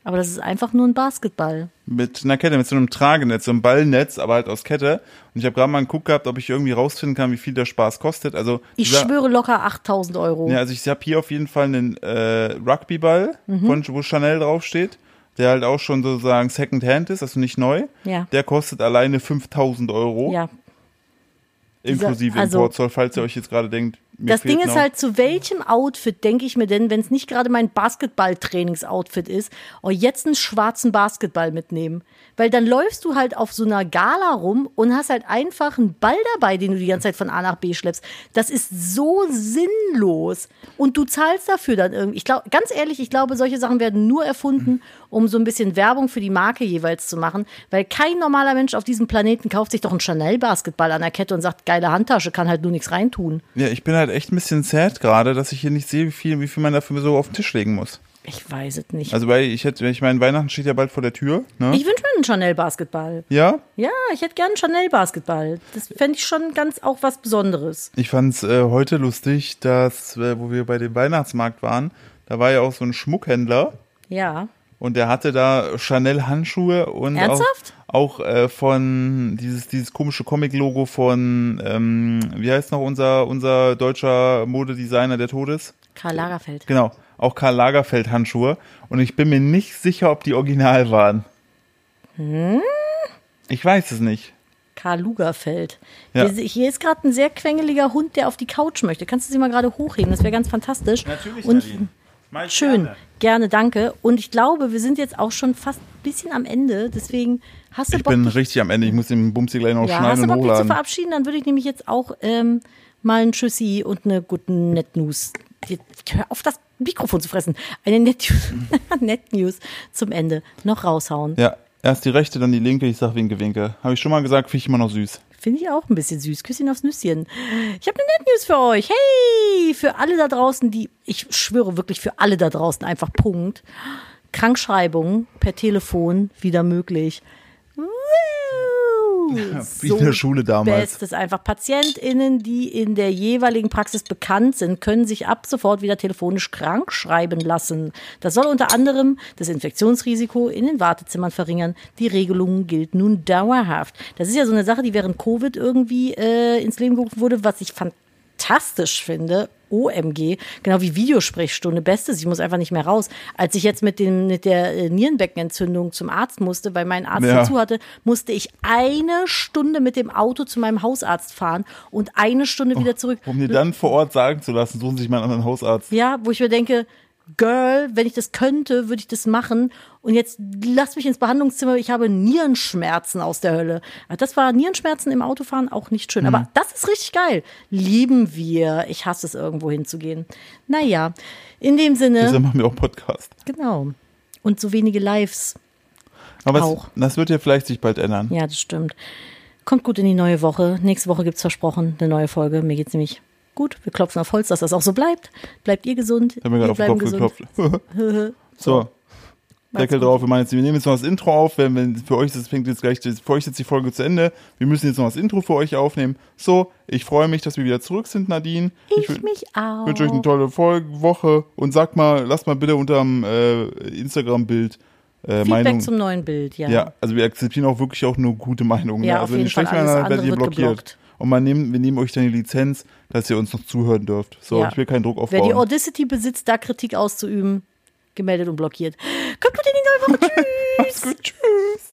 Speaker 2: Aber das ist einfach nur ein Basketball.
Speaker 1: Mit einer Kette, mit so einem Tragenetz, so einem Ballnetz, aber halt aus Kette. Und ich habe gerade mal einen Guck gehabt, ob ich irgendwie rausfinden kann, wie viel der Spaß kostet. Also
Speaker 2: Ich
Speaker 1: dieser-
Speaker 2: schwöre locker 8000 Euro.
Speaker 1: Ja, also ich habe hier auf jeden Fall einen äh, Rugbyball,
Speaker 2: Mhm.
Speaker 1: von, wo Chanel draufsteht, der halt auch schon sozusagen Secondhand ist, also nicht neu.
Speaker 2: Ja.
Speaker 1: Der kostet alleine 5000 Euro,
Speaker 2: ja.
Speaker 1: inklusive
Speaker 2: also-
Speaker 1: Importzoll, falls ihr euch jetzt gerade denkt, mir
Speaker 2: Das
Speaker 1: fehlt
Speaker 2: Ding ist
Speaker 1: noch.
Speaker 2: halt, zu welchem Outfit denke ich mir denn, wenn es nicht gerade mein Basketball-Trainings-Outfit ist, oh, jetzt einen schwarzen Basketball mitnehmen? Weil dann läufst du halt auf so einer Gala rum und hast halt einfach einen Ball dabei, den du die ganze Zeit von A nach B schleppst. Das ist so sinnlos. Und du zahlst dafür dann irgendwie. Ich glaube, ganz ehrlich, ich glaube, solche Sachen werden nur erfunden, um so ein bisschen Werbung für die Marke jeweils zu machen. Weil kein normaler Mensch auf diesem Planeten kauft sich doch einen Chanel-Basketball an der Kette und sagt, geile Handtasche, kann halt nur nichts reintun.
Speaker 1: Ja, ich bin halt echt ein bisschen sad gerade, dass ich hier nicht sehe, wie viel, wie viel man dafür so auf den Tisch legen muss.
Speaker 2: Ich weiß es nicht.
Speaker 1: Also weil ich hätte, ich meine, Weihnachten steht ja bald vor der Tür, ne?
Speaker 2: ich wünsche mir einen Chanel-Basketball.
Speaker 1: ja,
Speaker 2: Ja, ich hätte gern einen Chanel-Basketball. Das fände ich schon ganz auch was Besonderes.
Speaker 1: Ich fand's äh, heute lustig, dass, äh, wo wir bei dem Weihnachtsmarkt waren, da war ja auch so ein Schmuckhändler
Speaker 2: Ja.
Speaker 1: und der hatte da Chanel-Handschuhe und
Speaker 2: Ernsthaft?
Speaker 1: auch, auch äh, von dieses, dieses komische Comic-Logo von, ähm, wie heißt noch unser, unser deutscher Modedesigner, der tot ist?
Speaker 2: Karl Lagerfeld.
Speaker 1: Genau, auch Karl Lagerfeld Handschuhe und ich bin mir nicht sicher, ob die original waren. Hm?
Speaker 2: Hm?
Speaker 1: Ich weiß es nicht.
Speaker 2: Karl Lugerfeld.
Speaker 1: Ja.
Speaker 2: Hier, hier ist gerade ein sehr quengeliger Hund, der auf die Couch möchte. Kannst du sie mal gerade hochheben? Das wäre ganz fantastisch. Und schön. Gerne. danke. Und ich glaube, wir sind jetzt auch schon fast ein bisschen am Ende. Deswegen hast du
Speaker 1: Ich
Speaker 2: Bock,
Speaker 1: bin
Speaker 2: dich-
Speaker 1: richtig am Ende, ich muss den Bums hier gleich noch
Speaker 2: ja, hast
Speaker 1: schneiden
Speaker 2: du
Speaker 1: und
Speaker 2: Bock dich zu
Speaker 1: hochladen.
Speaker 2: verabschieden? Dann würde ich nämlich jetzt auch ähm, mal ein Tschüssi und eine gute Net News. Jetzt Hör auf, das Mikrofon zu fressen. Eine Net, Net News (laughs) zum Ende noch raushauen.
Speaker 1: Ja, erst die rechte, dann die linke. Ich sag Winke, Winke. Habe ich schon mal gesagt, finde ich immer noch süß.
Speaker 2: Finde ich auch ein bisschen süß. Küsschen aufs Nüsschen. Ich habe eine Net News für euch. Hey, für alle da draußen, die, ich schwöre wirklich für alle da draußen einfach Punkt, Krankschreibungen per Telefon wieder möglich. Woo!
Speaker 1: (laughs) Wie in der Schule damals.
Speaker 2: Bestes einfach. PatientInnen, die in der jeweiligen Praxis bekannt sind, können sich ab sofort wieder telefonisch krank schreiben lassen. Das soll unter anderem das Infektionsrisiko in den Wartezimmern verringern. Die Regelung gilt nun dauerhaft. Das ist ja so eine Sache, die während Covid irgendwie äh, ins Leben gerufen wurde, was ich fantastisch finde. OMG, genau wie Videosprechstunde, bestes, ich muss einfach nicht mehr raus. Als ich jetzt mit, dem, mit der äh, Nierenbeckenentzündung zum Arzt musste, weil mein Arzt
Speaker 1: Ja.
Speaker 2: dazu hatte, musste ich eine Stunde mit dem Auto zu meinem Hausarzt fahren und eine Stunde wieder zurück.
Speaker 1: Um dir dann vor Ort sagen zu lassen, suchen Sie sich mal einen anderen Hausarzt.
Speaker 2: Ja, wo ich mir denke, Girl, wenn ich das könnte, würde ich das machen. Und jetzt lass mich ins Behandlungszimmer, ich habe Nierenschmerzen aus der Hölle. Das war Nierenschmerzen im Autofahren auch nicht schön. Aber das ist richtig geil. Lieben wir. Ich hasse es, irgendwo hinzugehen. Naja, in dem Sinne,
Speaker 1: Deshalb machen wir auch Podcast.
Speaker 2: genau. Und so wenige Lives.
Speaker 1: Aber
Speaker 2: Auch.
Speaker 1: Es, das wird ja vielleicht sich bald ändern.
Speaker 2: Ja, das stimmt. Kommt gut in die neue Woche. Nächste Woche gibt's versprochen eine neue Folge. Mir geht's nämlich gut. Wir klopfen auf Holz, dass das auch so bleibt. Bleibt ihr gesund.
Speaker 1: Ich habe mir
Speaker 2: wir
Speaker 1: gerade auf den Kopf
Speaker 2: (laughs)
Speaker 1: geklopft. so. Deckel drauf, wir, machen jetzt, wir nehmen jetzt noch das Intro auf, wenn, wenn für euch ist es fängt jetzt gleich, für euch ist jetzt die Folge zu Ende. Wir müssen jetzt noch das Intro für euch aufnehmen. So, ich freue mich, dass wir wieder zurück sind, Nadine.
Speaker 2: Ich,
Speaker 1: wün-
Speaker 2: mich auch.
Speaker 1: wünsche euch eine tolle Folge, Woche und sagt mal, lasst mal bitte unterm äh, Instagram-Bild äh,
Speaker 2: Feedback
Speaker 1: Meinung.
Speaker 2: zum neuen Bild, ja.
Speaker 1: Ja, also wir akzeptieren auch wirklich auch nur gute Meinungen.
Speaker 2: Ja,
Speaker 1: ne?
Speaker 2: auf
Speaker 1: also
Speaker 2: jeden
Speaker 1: wenn ihr schlecht
Speaker 2: Fall. Alles
Speaker 1: meint, werdet ihr
Speaker 2: andere wird
Speaker 1: blockiert.
Speaker 2: geblockt.
Speaker 1: Und man nehmen, wir nehmen euch dann die Lizenz, dass ihr uns noch zuhören dürft. So,
Speaker 2: Ja.
Speaker 1: ich will keinen Druck
Speaker 2: Wer die
Speaker 1: aufbauen.
Speaker 2: Audacity besitzt, da
Speaker 1: (laughs)
Speaker 2: Kritik auszuüben, gemeldet und blockiert. Kommt gut in die neue Woche. Tschüss.
Speaker 1: Macht's gut, tschüss.